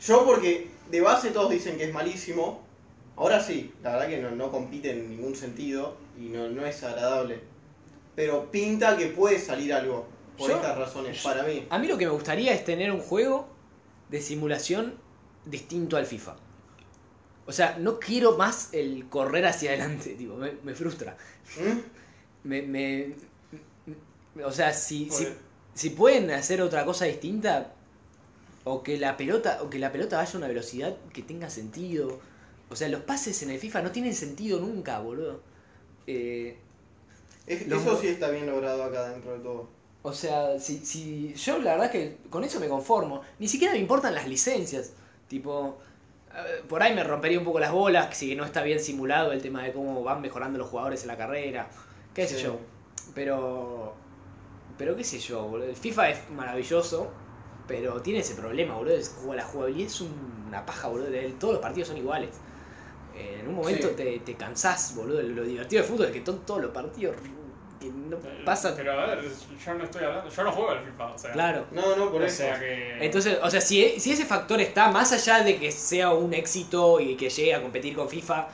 yo porque de base todos dicen que es malísimo. Ahora sí, la verdad que no, no compite en ningún sentido y no, no es agradable. Pero pinta que puede salir algo por
Yo-
estas razones, para mí.
A mí lo que me gustaría es tener un juego de simulación distinto al FIFA. O sea, no quiero más el correr hacia adelante, tipo, me, me frustra.
¿Mm?
Me, me- me- o sea, si, si,
Porque-
si pueden hacer otra cosa distinta, o que la pelota, o que la pelota vaya a una velocidad que tenga sentido. O sea, los pases en el FIFA no tienen sentido nunca, boludo. Eh,
Es-
Los-
Eso sí está bien logrado acá dentro de todo.
O sea, si, si yo la verdad que con eso me conformo. Ni siquiera me importan las licencias. Tipo, eh, por ahí me rompería un poco las bolas si no está bien simulado el tema de cómo van mejorando los jugadores en la carrera. Qué sé
Sí.
yo. Pero, pero qué sé yo, boludo. El FIFA es maravilloso, pero tiene ese problema, boludo. Es como la jugabilidad es un- una paja, boludo. El- Todos los partidos son iguales. Eh, En un momento
Sí.
te, te cansás, boludo. Lo divertido del fútbol es que son todos los partidos que no pasa.
pues, Pero a ver, yo no estoy hablando, yo no juego al FIFA, o sea...
Claro.
No, no, por
o
eso.
sea que...
Entonces, o sea, si, si ese factor está más allá de que sea un éxito y que llegue a competir con FIFA,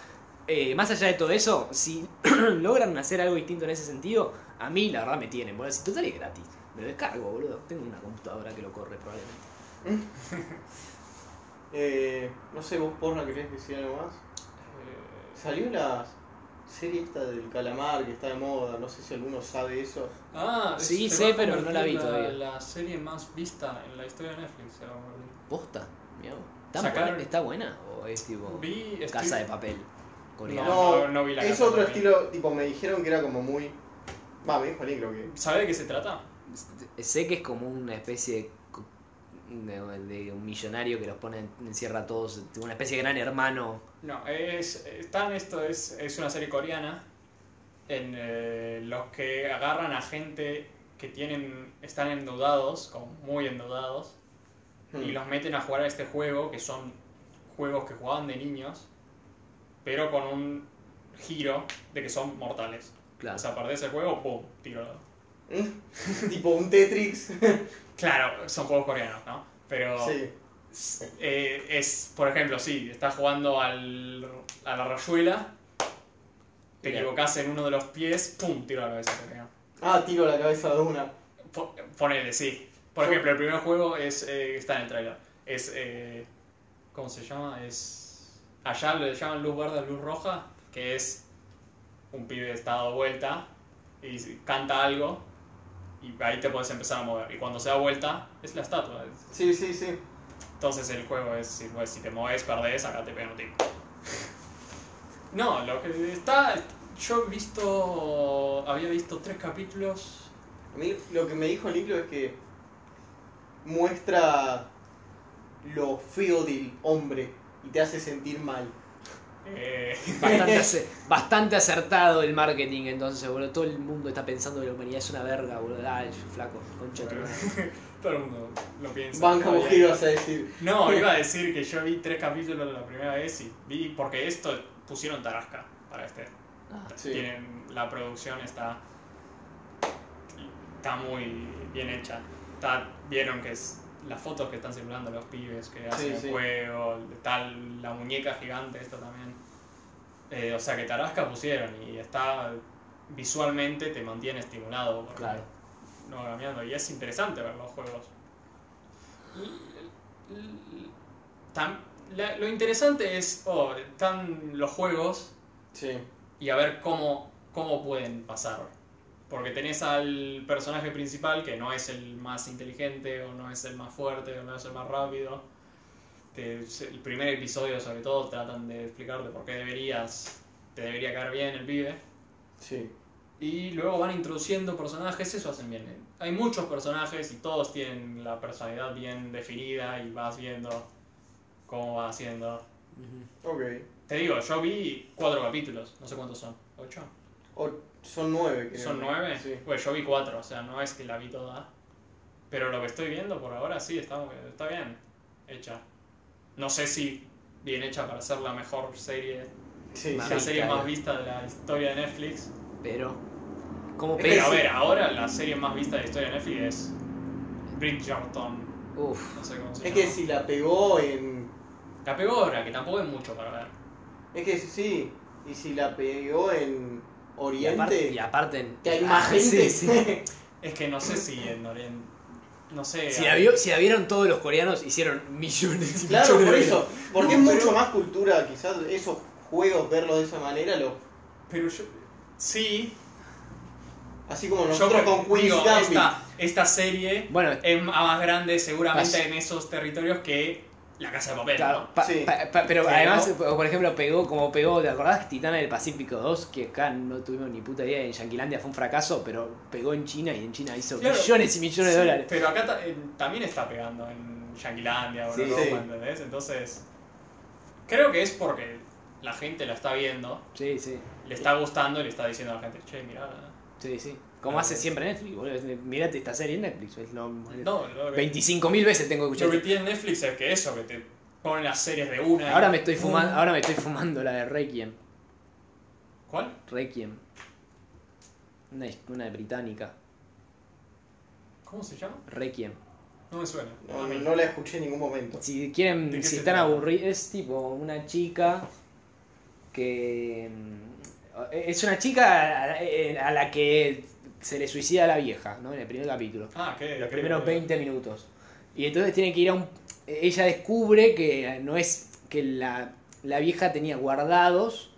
eh, más allá de todo eso, si logran hacer algo distinto en ese sentido, a mí la verdad me tienen, boludo. Si total es gratis, me lo descargo, boludo. Tengo una computadora que lo corre probablemente.
Eh, no sé, vos porra querés decir algo más.
Eh,
Salió la serie esta del calamar que está de moda, no sé si alguno sabe eso.
Ah,
Sí,
se
sé,
va a
pero no la vi
convertir
todavía.
La serie más vista en la historia de Netflix. se va a convertir.
Posta, mirá vos. ¿Tan
Sacaron-
buena- ¿Está buena o es tipo
Vi estoy-
casa de papel? coreana?
No, no, no vi la
es
casa
otro
de papel.
estilo, tipo, me dijeron que era como muy. Va, me dijo alguien, creo que.
¿Sabe de qué se trata?
Sé que es como una especie de, co- de- de un millonario que los pone, encierra a todos, una especie de gran hermano.
No, es están esto es es una serie coreana en eh, los que agarran a gente que tienen están endeudados, como muy endeudados, y
Mm.
los meten a jugar a este juego que son juegos que jugaban de niños, pero con un giro de que son mortales.
Claro.
O sea, perdés el juego, pum, tiro.
tipo un Tetris.
Claro, son juegos coreanos, ¿no? Pero
Sí.
eh, es, por ejemplo, si estás jugando al, a la rayuela, te
Bien.
equivocás en uno de los pies, ¡pum! Tiro a la cabeza. creo.
Ah, tiro la cabeza de una.
Po- Ponele, sí. Por ejemplo, el primer juego es eh, está en el trailer. Es. eh, ¿Cómo se llama? Es. Allá le llaman luz verde, luz roja, que es. Un pibe está dado vuelta y s- canta algo y ahí te puedes empezar a mover. Y cuando se da vuelta, es la estatua.
Sí, sí, sí.
Entonces el juego es: si, pues, si te mueves, perdés, acá te pegan un tiro. No, lo que está. Yo he visto. Había visto tres capítulos.
A mí lo que me dijo el libro es que muestra lo feo del hombre y te hace sentir mal.
eh,
Bastante, ace- bastante acertado el marketing, entonces, boludo. Todo el mundo está pensando que la humanidad es una verga, boludo. Ay, flaco, concha de tu madre.
Todo el mundo lo piensa.
Banco, vos qué
Oye,
ibas a decir.
No, iba a decir que yo vi tres capítulos la primera vez y vi, porque esto pusieron Tarasca para este.
sí.
Tienen, la producción está, está muy bien hecha. Está- vieron que es las fotos que están circulando los pibes que hacen el
sí.
juego, tal la muñeca gigante esta también. Eh, o sea que Tarasca pusieron y está visualmente te mantiene estimulado. porque
Claro.
No va cambiando. Y es interesante ver los juegos. Tam- la- lo interesante es, oh, están los juegos
Sí.
y a ver cómo, cómo pueden pasar. Porque tenés al personaje principal que no es el más inteligente, o no es el más fuerte, o no es el más rápido. Te- el primer episodio, sobre todo, tratan de explicarte por qué deberías, te debería caer bien el pibe.
Sí.
Y luego van introduciendo personajes, eso hacen bien. ¿eh? Hay muchos personajes y todos tienen la personalidad bien definida y vas viendo cómo va haciendo.
Ok.
Te digo, yo vi cuatro capítulos, no sé cuántos son, ocho.
O son nueve, creo.
¿Son nueve?
Eh, Sí.
Pues yo vi cuatro, o sea, no es que la vi toda. Pero lo que estoy viendo por ahora sí está, muy- está bien hecha. No sé si bien hecha para ser la mejor serie,
Sí,
la
sí.
serie
claro.
más vista de la historia de Netflix.
Pero, ¿cómo
Pero
pesa?
a ver, ahora la serie más vista de la historia de Netflix es Bridgerton,
Uf,
no sé cómo se llama.
Es que si la pegó en.
La pegó ahora, que tampoco es mucho para ver.
Es que sí. Y si la pegó en
y aparte,
Oriente.
y aparte en-
Que hay
ah,
más gente.
sí, sí.
Es que no sé si en Oriente... No sé...
Si la, vio- si la vieron todos los coreanos, hicieron millones y
Claro,
millones
por
de-
eso. Porque
No,
es mucho
pero-
más cultura, quizás esos juegos, verlo de esa manera, lo,
Pero yo... Sí,
así como
yo
nosotros con
creo-
Queen's
digo,
Gambit.
esta, esta serie
Bueno, eh,
es ma- más grande seguramente
Así.
en esos territorios que la Casa de Papel.
Claro,
¿no?
pa-
Sí.
pa- pa- pero
Pero-
además, por ejemplo, pegó como pegó, ¿te acordás? Titana del Pacífico 2, que acá no tuvimos ni puta idea, en Yanquilandia fue un fracaso, pero pegó en China y en China hizo
Claro.
millones y millones
Sí,
de dólares.
Pero acá ta- en- también está pegando en Yanquilandia o en
Sí,
Europa,
sí.
¿entendés? Entonces, creo que es porque la gente la está viendo,
Sí, sí,
le está gustando y le está diciendo a la gente, che, mirá.
sí, sí. Como
Claro.
hace siempre Netflix, boludo. Mirate esta serie en Netflix, es lo...
No, lo que,
25.000 veces tengo
lo
que
que
escuchar.
tiene Netflix es que eso, que te ponen las series de una. y-
Ahora me estoy fumando, ahora me estoy fumando la de Requiem.
¿Cuál?
Requiem. Una, una británica.
¿Cómo se llama?
Requiem.
No me suena.
No,
A mí.
no la escuché en ningún momento.
Si
¿De
quieren,
qué
si
se
están
trata?
aburridos, es tipo una chica que... mm, Es una chica a- eh, a la que se le suicida la vieja, ¿no? En el primer capítulo.
Ah, ¿qué?
Los
¿Qué-
primeros 20 minutos. Y entonces tiene que ir a un... Ella descubre que no es... que la, la vieja tenía guardados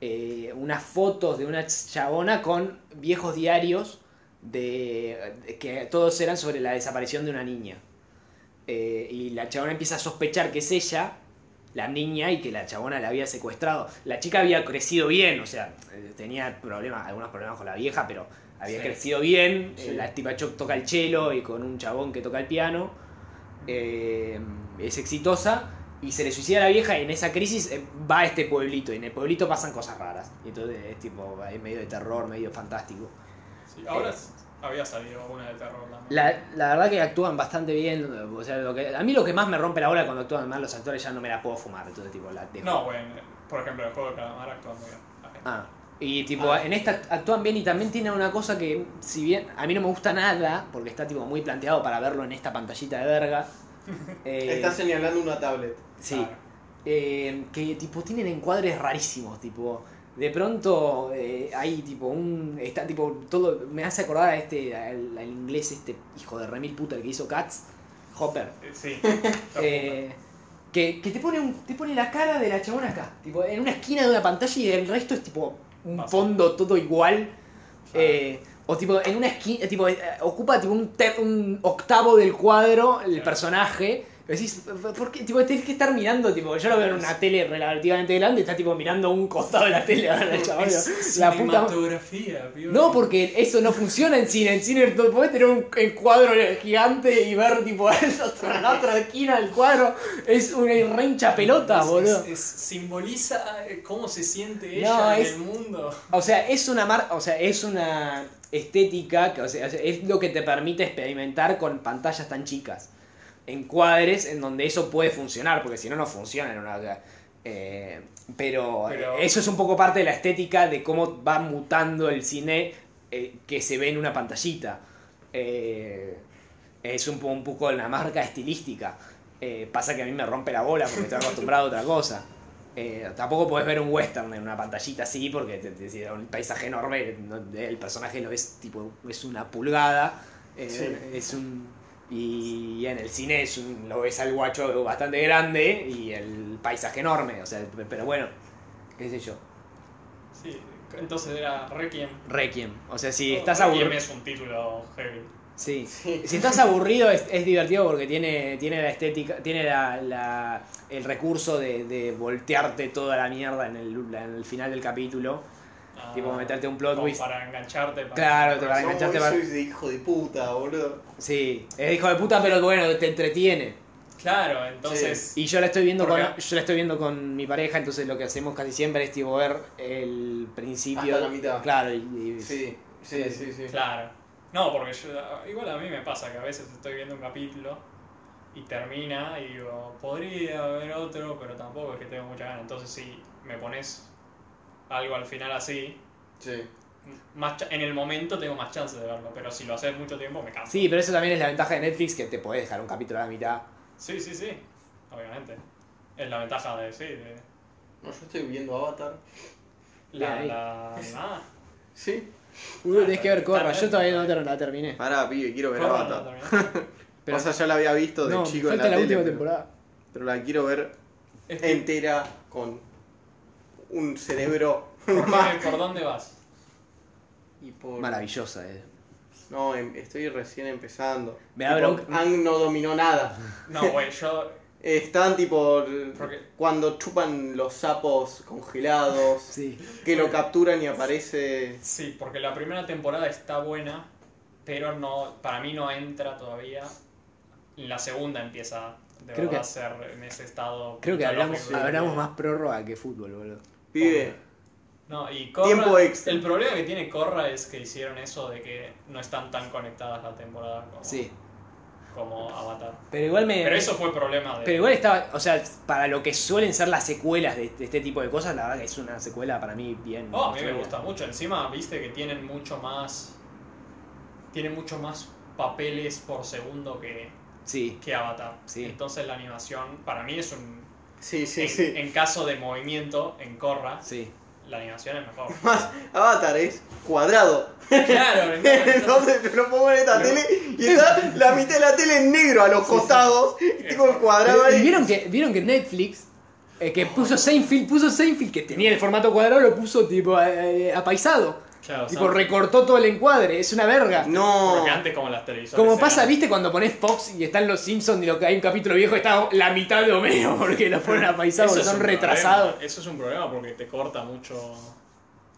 eh, unas fotos de una chabona con viejos diarios de, de que todos eran sobre la desaparición de una niña. Eh, y la chabona empieza a sospechar que es ella, la niña, y que la chabona la había secuestrado. La chica había crecido bien, o sea, eh, tenía problemas, algunos problemas con la vieja, pero había
Sí.
crecido bien. Eh,
Sí.
La tipa cho- toca el cello y con un chabón que toca el piano. Eh, es exitosa. Y se le suicida a la vieja y en esa crisis eh, va a este pueblito. Y en el pueblito pasan cosas raras. Y entonces es tipo, hay medio de terror, medio fantástico.
Sí, ahora había salido una de terror también.
La, la verdad que actúan bastante bien. O sea, lo que, a mí lo que más me rompe la bola cuando actúan mal los
Eh,
actores ya no me la puedo fumar. Entonces, tipo, la dejo.
No, bueno, por ejemplo, el juego de calamar actúa muy bien. la gente.
Ah, Y tipo, en esta actúan bien y también tienen una cosa que, si bien a mí no me gusta nada, porque está tipo muy planteado para verlo en esta pantallita de verga. eh,
Está señalando una tablet.
Sí.
Claro.
Eh, que tipo tienen encuadres rarísimos, tipo. De pronto eh, hay tipo un. está tipo todo. Me hace acordar a este. al, al inglés, este hijo de Remil Puter que hizo Cats, Hopper.
Eh, Sí.
Ah, eh, que, que te pone un, te pone la cara de la chabona acá, tipo, en una esquina de una pantalla y el resto es tipo un
Paso.
fondo todo igual.
Claro.
eh, o tipo, en una esquina, tipo, eh, ocupa tipo un, ter- un octavo del cuadro el
Claro.
personaje. Y Decís, ¿por qué? Tipo, tenés que estar mirando, tipo, yo lo veo en una tele relativamente grande y está tipo mirando un costado de la tele ahora la chabona. la puta ma-
cinematografía, pibe.
no, porque eso no funciona en cine. En cine no podés tener un el cuadro gigante y ver tipo el otro- la otra esquina del cuadro. Es una rencha pelota,
Es-
boludo.
es- es- simboliza eh, cómo se siente
No,
ella en
es-
el mundo.
O sea, es una mar o sea, es una estética que o sea, es lo que te permite experimentar con pantallas tan chicas. Encuadres en donde eso puede funcionar, porque si no, no funciona en una. o sea, eh, pero,
Pero-
eso es un poco parte de la estética de cómo va mutando el cine eh, que se ve en una pantallita. Eh, es un, po- un poco la marca estilística. Eh, pasa que a mí me rompe la bola porque estoy acostumbrado a otra cosa. Eh, tampoco podés ver un western en una pantallita así porque te, te- te- un paisaje enorme, no- el personaje lo es tipo es una pulgada, eh,
Sí.
es un y, en el cine es un- lo ves al guacho bastante grande y el paisaje enorme, o sea, pe- pero bueno, qué sé yo,
Sí, entonces era Requiem.
Requiem, o sea, si estás
Oh, Requiem
aburrido,
es un título heavy.
sí. si estás aburrido es, es divertido porque tiene tiene la estética, tiene la, la- el recurso de, de voltearte toda la mierda en el, en el final del capítulo,
Ah,
tipo meterte un plot
como
twist.
Para engancharte. Para...
Claro, te para
No,
engancharte
eso
para-
es de hijo de puta, boludo.
Sí, es hijo de puta, pero bueno, te entretiene.
Claro, entonces.
Y yo la estoy viendo con
Porque-
yo la estoy viendo con mi pareja, entonces lo que hacemos casi siempre es tipo ver el principio.
Hasta la mitad.
Claro, y, y-
Sí, sí, sí, sí.
Claro. No, porque yo, igual a mí me pasa que a veces estoy viendo un capítulo y termina y digo, podría haber otro, pero tampoco es que tengo mucha ganas. Entonces, si me pones algo al final así,
Sí.
más cha- en el momento tengo más chance de verlo, pero si lo haces mucho tiempo me canso.
Sí, pero eso también es la ventaja de Netflix que te podés dejar un capítulo a la mitad.
Sí, sí, sí, obviamente. Es la ventaja de, sí, de
No, yo estoy viendo Avatar.
la...
Ahí.
la nada.
Sí.
Uy, tenés que ver Corra, yo todavía no ter- la terminé.
Pará, pibe, quiero ver
Corra,
Avatar.
no, también.
Pero
o sea, ya la había visto de
no,
chico en
falta
la,
la,
tele,
última
pero-
temporada.
pero la quiero ver
Es que,
entera con un cerebro
¿por, qué-
más.
por dónde vas?
Y por-
Maravillosa, eh.
No, em- estoy recién empezando.
Me da
Tipo,
bronca.
Ang no dominó nada.
No, güey, yo...
Están tipo
Porque-
cuando chupan los sapos congelados,
Sí.
que lo capturan y aparece.
Sí, porque la primera temporada está buena, pero no para mí no entra todavía. La segunda empieza de
Creo
verdad
que-
a ser en ese estado.
Creo que hablamos,
mitológico.
hablamos más prórroga que fútbol, boludo.
Pibe,
No, y Corra,
Tiempo extra.
El problema que tiene Corra es que hicieron eso de que no están tan conectadas la temporada como,
Sí.
como Avatar.
Pero igual me.
Pero eso fue problema de.
Pero igual estaba, o sea, para lo que suelen ser las secuelas de, de este tipo de cosas, la verdad que es una secuela para mí bien.
Oh, a mí me
sólida.
gusta mucho. Encima, viste que tienen mucho más. Tienen mucho más papeles por segundo que,
Sí,
que Avatar.
Sí.
Entonces la animación, para mí es un
sí, sí,
en,
sí.
en caso de movimiento, en corra,
sí.
la animación es mejor.
Avatar es cuadrado.
claro,
Entonces te lo pongo en esta
Pero-
tele y está la mitad de la tele en negro a los costados. Y tengo el cuadrado
Y- y
ahí.
vieron que, vieron que Netflix, eh, que puso Seinfeld, puso Seinfeld, que tenía el formato cuadrado, lo puso tipo eh, apaisado.
claro,
tipo,
¿sabes?
recortó todo el encuadre, es una verga.
No.
Porque antes como las televisoras.
Como pasa,
eran-
viste, cuando pones Fox y están los Simpsons y lo que hay un capítulo viejo está la mitad de Homero porque lo ponen apaisado,
Eso
porque
es
son
un problema,
retrasados.
Eso es un problema porque te corta mucho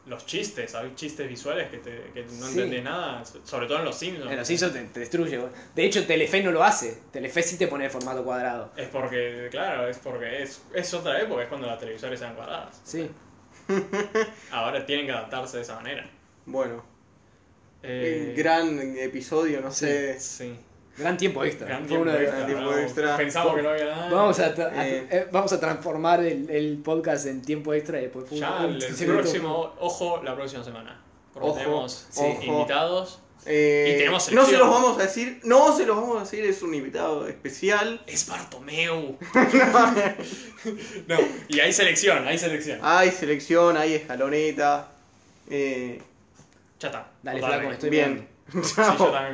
los chistes. Hay chistes visuales que, te- que no
Sí.
entendés nada, so- sobre todo en los Simpsons.
En los Simpsons te, te destruye. boludo. De hecho, Telefe no lo hace. Telefe sí te pone el formato cuadrado.
Es porque, claro, es porque es, es otra época, es cuando las televisores eran cuadradas.
Sí.
Ahora tienen que adaptarse de esa manera.
Bueno,
Eh,
un gran episodio, no sé.
Sí.
Gran tiempo extra.
Gran
Fue
tiempo
uno de-
extra,
tiempo
bravo.
extra.
Pensamos que no había nada.
Vamos a, tra- a-
Eh.
eh, vamos a transformar el, el podcast en tiempo extra y después
Ya, el,
un- un- un-
próximo, ojo, la próxima semana. Porque
Ojo,
tenemos
sí.
invitados.
Eh,
Y tenemos
no se
selección.
los vamos a decir, no se los vamos a decir, es un invitado especial.
Es Bartomeu. no, y hay selección, hay selección.
Hay selección, hay escaloneta. Eh,
Ya está.
Dale,
Totalmente.
flaco, estoy
bien.
Sí, yo
Chao.
también